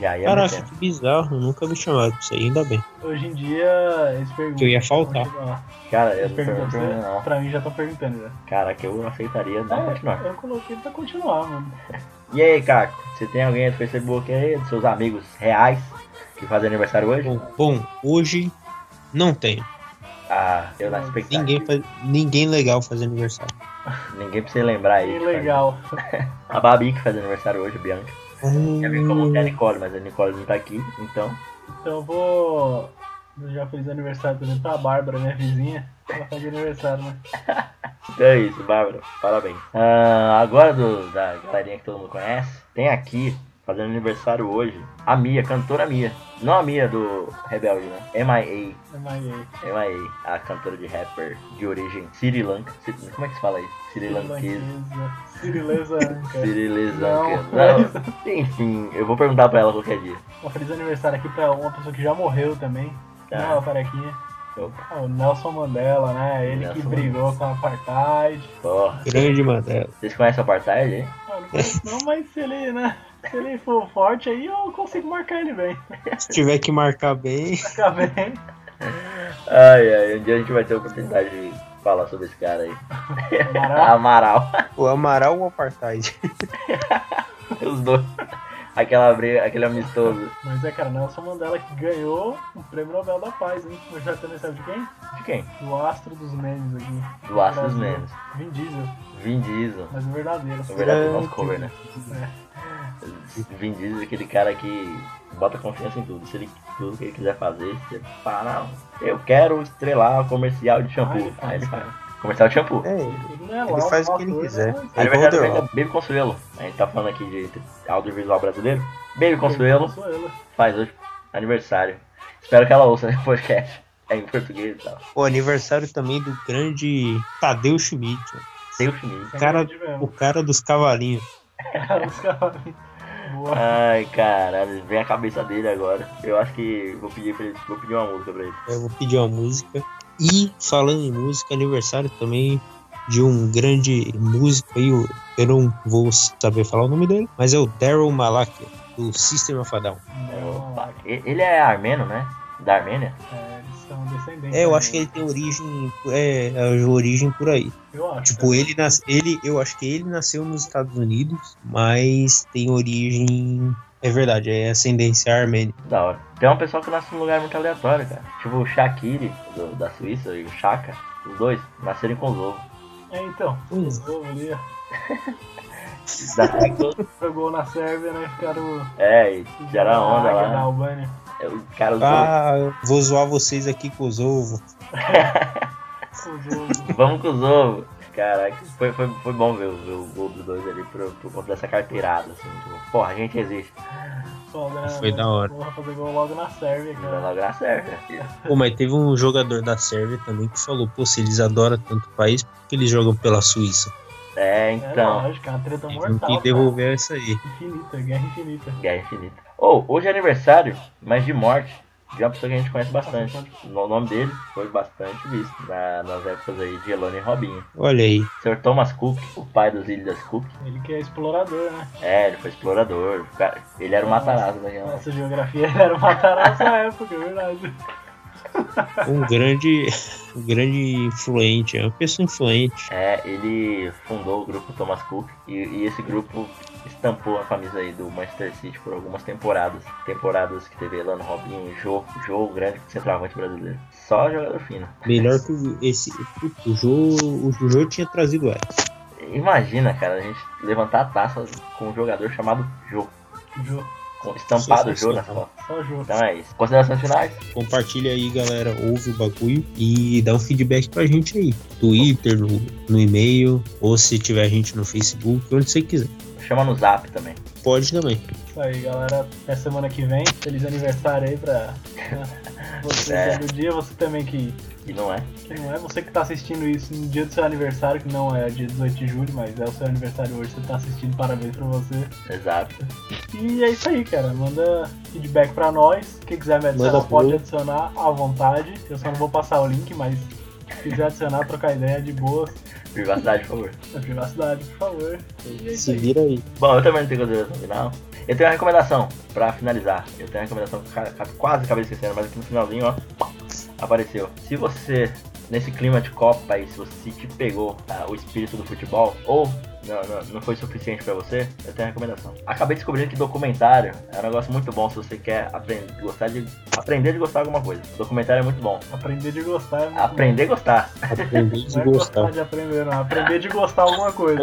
[SPEAKER 1] Já ia
[SPEAKER 2] Caraca,
[SPEAKER 1] metendo.
[SPEAKER 2] que bizarro. Nunca me chamaram pra isso aí, ainda bem.
[SPEAKER 3] Hoje em dia, eles perguntam.
[SPEAKER 2] Que eu ia faltar.
[SPEAKER 3] Continuar.
[SPEAKER 1] Cara, eu
[SPEAKER 3] Eles
[SPEAKER 1] não tô
[SPEAKER 3] perguntam pra
[SPEAKER 1] perguntando,
[SPEAKER 3] você?
[SPEAKER 1] não.
[SPEAKER 3] Pra mim já estão perguntando já.
[SPEAKER 1] Caraca, eu não aceitaria não continuar.
[SPEAKER 3] É, eu coloquei pra continuar, mano.
[SPEAKER 1] E aí, Caco, você tem alguém do Facebook aí, dos seus amigos reais, que fazem aniversário hoje?
[SPEAKER 2] Bom, bom, hoje não tem.
[SPEAKER 1] Ah, eu na expectativa.
[SPEAKER 2] Ninguém, faz, ninguém legal faz aniversário.
[SPEAKER 1] Ninguém precisa lembrar aí. tá
[SPEAKER 3] Que
[SPEAKER 1] que faz-
[SPEAKER 3] legal.
[SPEAKER 1] A Babi que faz aniversário hoje, Bianca. Quer ver como é? tem a Nicole, mas a Nicole não tá aqui, então.
[SPEAKER 3] Então eu vou. Eu já fiz aniversário também pra Bárbara, minha vizinha. Ela faz aniversário, né?
[SPEAKER 1] Então é isso, Bárbara. Parabéns. Ah, agora do, da galerinha que todo mundo conhece, tem aqui, fazendo aniversário hoje, a Mia, cantora Mia. Não a Mia do Rebelde, né? MIA.
[SPEAKER 3] É mais gay.
[SPEAKER 1] MIA, a cantora de rapper de origem Sri Lanka. Sri- Como é que se fala aí? Sri Lankesa.
[SPEAKER 3] Cirileza Anca.
[SPEAKER 1] Sri
[SPEAKER 3] Não,
[SPEAKER 1] Lanka.
[SPEAKER 3] mas-
[SPEAKER 1] Não. Enfim, eu vou perguntar pra ela qualquer dia.
[SPEAKER 3] Um feliz aniversário aqui pra uma pessoa que já morreu também.
[SPEAKER 1] Tá.
[SPEAKER 3] Não, para aqui.
[SPEAKER 1] Opa.
[SPEAKER 3] Ah, o Nelson Mandela, né? Ele que
[SPEAKER 1] Nelson
[SPEAKER 3] brigou com o apartheid.
[SPEAKER 1] Porra.
[SPEAKER 2] Grande Mandela.
[SPEAKER 1] Vocês conhecem o Apartheid, hein?
[SPEAKER 3] Ah, não conheço não, mas se ele, né? Se ele for forte aí, eu consigo marcar ele bem. (laughs)
[SPEAKER 2] Se tiver que marcar bem,
[SPEAKER 3] Fica bem.
[SPEAKER 1] Ai, ai, um dia a gente vai ter a oportunidade de falar sobre esse cara aí.
[SPEAKER 3] Amaral.
[SPEAKER 1] (laughs) Amaral.
[SPEAKER 2] o Amaral ou o Apartheid? (laughs)
[SPEAKER 1] Os dois. Aquela briga, aquele amistoso.
[SPEAKER 3] Mas é, cara, Nelson Mandela que ganhou o Prêmio Nobel da Paz, hein? Hoje já também sabe de quem?
[SPEAKER 1] De quem?
[SPEAKER 3] Do astro dos memes aqui.
[SPEAKER 1] Do Astro dos
[SPEAKER 3] Brasil.
[SPEAKER 1] Memes.
[SPEAKER 3] Vin Diesel,
[SPEAKER 1] Vin Diesel.
[SPEAKER 3] mas o verdadeiro.
[SPEAKER 1] Na verdade, é o nosso cover, né? Vin Diesel é aquele cara que bota confiança em tudo. Se ele tudo que ele quiser fazer, você fala, não, eu quero estrelar o comercial de shampoo.
[SPEAKER 3] Ah,
[SPEAKER 1] Aí
[SPEAKER 3] ele
[SPEAKER 1] ele
[SPEAKER 3] faz,
[SPEAKER 1] faz. Comercial de shampoo.
[SPEAKER 2] É,
[SPEAKER 3] Ele não é
[SPEAKER 2] Ele
[SPEAKER 3] lá
[SPEAKER 2] faz o que ele
[SPEAKER 3] autor,
[SPEAKER 2] quiser.
[SPEAKER 3] né?
[SPEAKER 2] É
[SPEAKER 1] Aí
[SPEAKER 2] igual
[SPEAKER 1] vai
[SPEAKER 2] o The
[SPEAKER 1] ter
[SPEAKER 2] Rock.
[SPEAKER 1] Baby Consuelo. A gente tá falando aqui de audiovisual brasileiro. Baby Consuelo
[SPEAKER 3] Consuelo.
[SPEAKER 1] faz hoje aniversário. Espero que ela ouça né? podcast. É em português e tal.
[SPEAKER 2] O aniversário também do grande Tadeu Schmidt. ó.
[SPEAKER 1] Seu chinês.
[SPEAKER 2] O cara,
[SPEAKER 3] Grande (laughs) mesmo.
[SPEAKER 2] o cara dos cavalinhos.
[SPEAKER 3] Cara, os caras- Boa.
[SPEAKER 1] Ai, caralho, vem a cabeça dele agora. Eu acho que vou pedir pra ele, vou pedir uma música pra ele.
[SPEAKER 2] Eu vou pedir uma música. E falando em música, aniversário também de um grande músico aí, o- eu não vou saber falar o nome dele, mas é o Daryl Malak, do System of a Down.
[SPEAKER 1] É,
[SPEAKER 3] Não,
[SPEAKER 1] opa. E- Ele é armeno, né? Da Armênia?
[SPEAKER 3] é, eles são descendentes.
[SPEAKER 2] É, eu
[SPEAKER 3] né?
[SPEAKER 2] acho que ele tem origem, é, a origem por aí.
[SPEAKER 3] Eu acho.
[SPEAKER 2] Tipo, ele, nas, ele, eu acho que ele nasceu nos Estados Unidos, mas tem origem, é verdade, é ascendência armênia.
[SPEAKER 1] Da hora. Tem um pessoal que nasce num lugar muito aleatório, cara. Tipo o Shaqiri, do- da Suíça, e o Chaka. Os dois nasceram em Kosovo.
[SPEAKER 3] É, então.
[SPEAKER 2] Pois é.
[SPEAKER 3] Eu ali,
[SPEAKER 1] Nasceram em Kosovo.
[SPEAKER 3] jogou na Sérvia, né? Ficaram.
[SPEAKER 1] É, e fizeram a onda
[SPEAKER 3] águia Da
[SPEAKER 1] lá.
[SPEAKER 3] Albânia.
[SPEAKER 1] É, O cara os dois.
[SPEAKER 2] Ah, vou zoar vocês aqui com os ovos.
[SPEAKER 3] O jogo.
[SPEAKER 1] Vamos com os ovos. Caraca, foi, foi, foi bom ver, o- ver o gol dos dois ali por, por conta dessa carteirada, assim. Tipo, porra, a gente existe.
[SPEAKER 3] Foda, né?
[SPEAKER 2] Foi da hora.
[SPEAKER 3] Porra, fazer gol logo na Sérvia,
[SPEAKER 1] né? Vai
[SPEAKER 3] cara.
[SPEAKER 1] logo né? na Sérvia.
[SPEAKER 2] Pô, mas teve um jogador da Sérvia também que falou, pô, se eles adoram tanto o país, por que eles jogam pela Suíça?
[SPEAKER 1] É,
[SPEAKER 3] É
[SPEAKER 1] então.
[SPEAKER 3] lógico, é uma treta
[SPEAKER 2] Eles não
[SPEAKER 3] mortal.
[SPEAKER 2] que devolver essa aí.
[SPEAKER 3] cara. Infinita, guerra infinita.
[SPEAKER 1] Guerra Infinita. Ou, hoje é aniversário, mas de morte, de uma pessoa que a gente conhece bastante. O nome dele foi bastante visto na- nas épocas aí de Elone e Robinho.
[SPEAKER 2] Olha aí.
[SPEAKER 1] Sr. Thomas Cook, o pai dos Ilhas Cook,
[SPEAKER 3] Ele que é explorador, né?
[SPEAKER 1] é, ele foi explorador, o cara- ele era um né? o matarazzo da região.
[SPEAKER 3] Nossa geografia (laughs) era uma tarefa na época, é verdade.
[SPEAKER 2] Um grande, um grande influente, é uma pessoa influente.
[SPEAKER 1] É, ele fundou o grupo Thomas Cook e, e esse grupo estampou a camisa aí do Manchester City por algumas temporadas. Temporadas que teve Elano Robinho, Jô, Jô, o grande centroavante brasileiro. Só jogador fino.
[SPEAKER 2] Melhor que o- esse. putz, O jogo, o jogo tinha trazido ela.
[SPEAKER 1] Imagina, cara, a gente levantar a taça com um jogador chamado Jô.
[SPEAKER 3] Jô,
[SPEAKER 1] Com estampado Jô na
[SPEAKER 2] Sensacional.
[SPEAKER 1] foto.
[SPEAKER 3] só Jô.
[SPEAKER 1] Então é isso. Considerações finais?
[SPEAKER 2] Compartilha aí, galera. Ouve o bagulho e dá um feedback pra gente aí. Twitter, no, no e-mail, ou se tiver gente no Facebook, onde você quiser.
[SPEAKER 1] Chama no zap também.
[SPEAKER 2] Pode também.
[SPEAKER 3] Isso aí, galera. Até semana que vem. Feliz aniversário aí pra (laughs) você
[SPEAKER 1] É.
[SPEAKER 3] todo dia. Você também que,
[SPEAKER 1] E não é?
[SPEAKER 3] que não é. Você que tá assistindo isso no dia do seu aniversário, que não é dia 18 de julho, mas é o seu aniversário hoje. Você tá assistindo, parabéns pra você.
[SPEAKER 1] Exato.
[SPEAKER 3] E é isso aí, cara. Manda feedback pra nós. Quem quiser me adicionar,
[SPEAKER 2] Manda
[SPEAKER 3] pode
[SPEAKER 2] pro-
[SPEAKER 3] adicionar à vontade. Eu só não vou passar o link, mas se quiser adicionar, trocar ideia de boa.
[SPEAKER 1] Privacidade, por favor.
[SPEAKER 3] Privacidade, por favor. E é isso
[SPEAKER 2] Se
[SPEAKER 3] aí.
[SPEAKER 2] vira aí.
[SPEAKER 1] Bom, eu também não tenho consideração final. Eu tenho uma recomendação pra finalizar. Eu tenho uma recomendação que ca- ca- quase acabei esquecendo, mas aqui no finalzinho, ó, apareceu. Se você, nesse clima de Copa e se você se te pegou tá, o espírito do futebol, ou não, não, não foi suficiente pra você, eu tenho uma recomendação. Acabei descobrindo que documentário é um negócio muito bom se você quer aprender, gostar de, aprender de gostar de alguma coisa. Documentário é muito bom.
[SPEAKER 3] Aprender de gostar é muito
[SPEAKER 1] Aprender a gostar.
[SPEAKER 2] Aprendi
[SPEAKER 3] bom.
[SPEAKER 2] de
[SPEAKER 3] Não é gostar.
[SPEAKER 2] gostar.
[SPEAKER 3] de aprender, não. Aprender de gostar alguma coisa.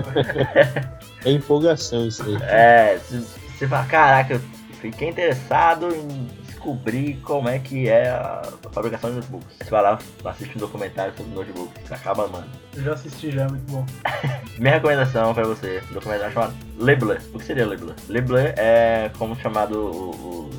[SPEAKER 2] É empolgação isso aí.
[SPEAKER 1] É, se- você fala, caraca, eu fiquei interessado em descobrir como é que é a fabricação de notebooks. Você vai lá, assiste um documentário sobre notebooks, acaba mano.
[SPEAKER 3] Eu já assisti, já é muito bom.
[SPEAKER 1] Minha recomendação pra você, um documentário chamado Le Bleu. O que seria Le Bleu? Le Bleu é como chamado o- o-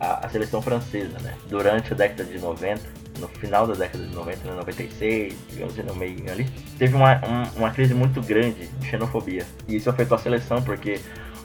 [SPEAKER 1] a, a seleção francesa, né? Durante a década de 90, no final da década de 90, né, 96, digamos assim, no meio ali, teve uma, um- uma crise muito grande de xenofobia. E isso afetou a seleção, porque,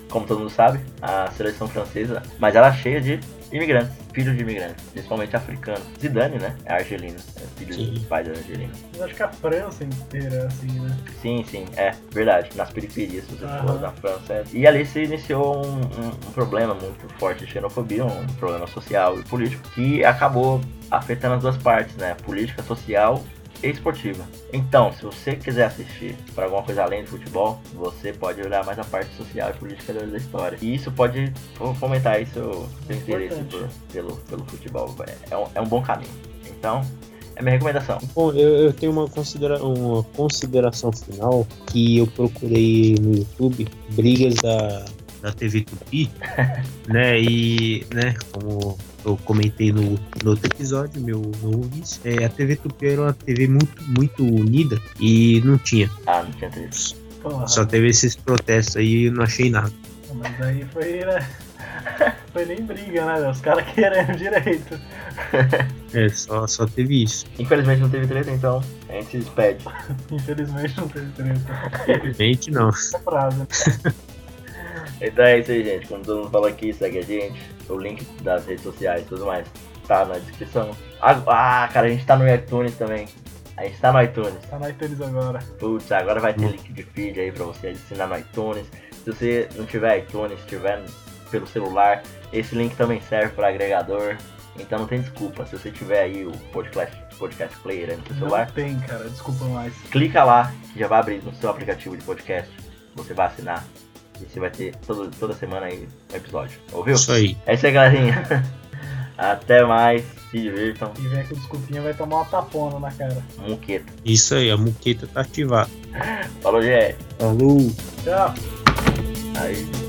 [SPEAKER 1] como todo mundo sabe, a seleção francesa, mas ela é cheia de imigrantes, filhos de imigrantes, principalmente africanos. Zidane, né? É argelino, é filho
[SPEAKER 2] Sim.
[SPEAKER 1] do pai da argelina.
[SPEAKER 3] Mas acho que a França inteira é assim, né?
[SPEAKER 1] Sim, sim, é verdade. Nas periferias, se você for
[SPEAKER 3] Aham.
[SPEAKER 1] da França. é. E ali se iniciou um, um- um problema muito forte de xenofobia, um problema social e político, que acabou afetando as duas partes, né? Política, social e esportiva. Então, se você quiser assistir para alguma coisa além do futebol, você pode olhar mais a parte social e política da da história. E isso pode fo- fomentar aí seu, seu interesse por-
[SPEAKER 3] Importante.
[SPEAKER 1] pelo, pelo futebol. É um, é um bom caminho. Então, é minha recomendação.
[SPEAKER 2] Bom, eu, eu tenho uma, considera uma consideração final que eu procurei no YouTube, brigas da, da TV Tupi, né? E, né, como eu comentei no, no outro episódio, meu novo vice, é, a TV Tupi era uma TV muito, muito unida e não tinha.
[SPEAKER 1] Ah, não tinha interesse.
[SPEAKER 3] Porra.
[SPEAKER 2] Só teve esses protestos aí e não achei nada.
[SPEAKER 3] Mas aí foi, né? (laughs) Foi nem briga, né? Os caras querendo direito.
[SPEAKER 2] É, só, só teve isso.
[SPEAKER 1] Infelizmente não teve treta, então a gente se despede.
[SPEAKER 3] Infelizmente não teve treta.
[SPEAKER 2] Gente, não.
[SPEAKER 3] Essa frase. né?
[SPEAKER 1] Então é isso aí, gente. Como todo mundo falou aqui, segue a gente. O link das redes sociais e tudo mais tá na descrição. Ah, ah, cara, a gente tá no iTunes também. A gente tá no iTunes.
[SPEAKER 3] Tá na iTunes agora.
[SPEAKER 1] Putz, agora vai ter link de feed aí pra você assinar no iTunes. Se você não tiver iTunes, se tiver pelo celular, esse link também serve para agregador. Então não tem desculpa. Se você tiver aí o podcast, podcast player aí no seu celular,
[SPEAKER 3] Não tem, cara. Desculpa mais.
[SPEAKER 1] clica lá, que já vai abrir no seu aplicativo de podcast. Você vai assinar e você vai ter todo, toda semana aí um episódio. Ouviu?
[SPEAKER 2] Isso aí.
[SPEAKER 1] É isso aí, galerinha. (laughs) Até mais. Se divirtam.
[SPEAKER 3] E vem com desculpinha vai tomar uma tapona na cara.
[SPEAKER 1] Muqueta.
[SPEAKER 2] Isso aí, a muqueta tá ativada.
[SPEAKER 1] Falou, gente.
[SPEAKER 2] Falou!
[SPEAKER 3] Tchau.
[SPEAKER 1] Aí.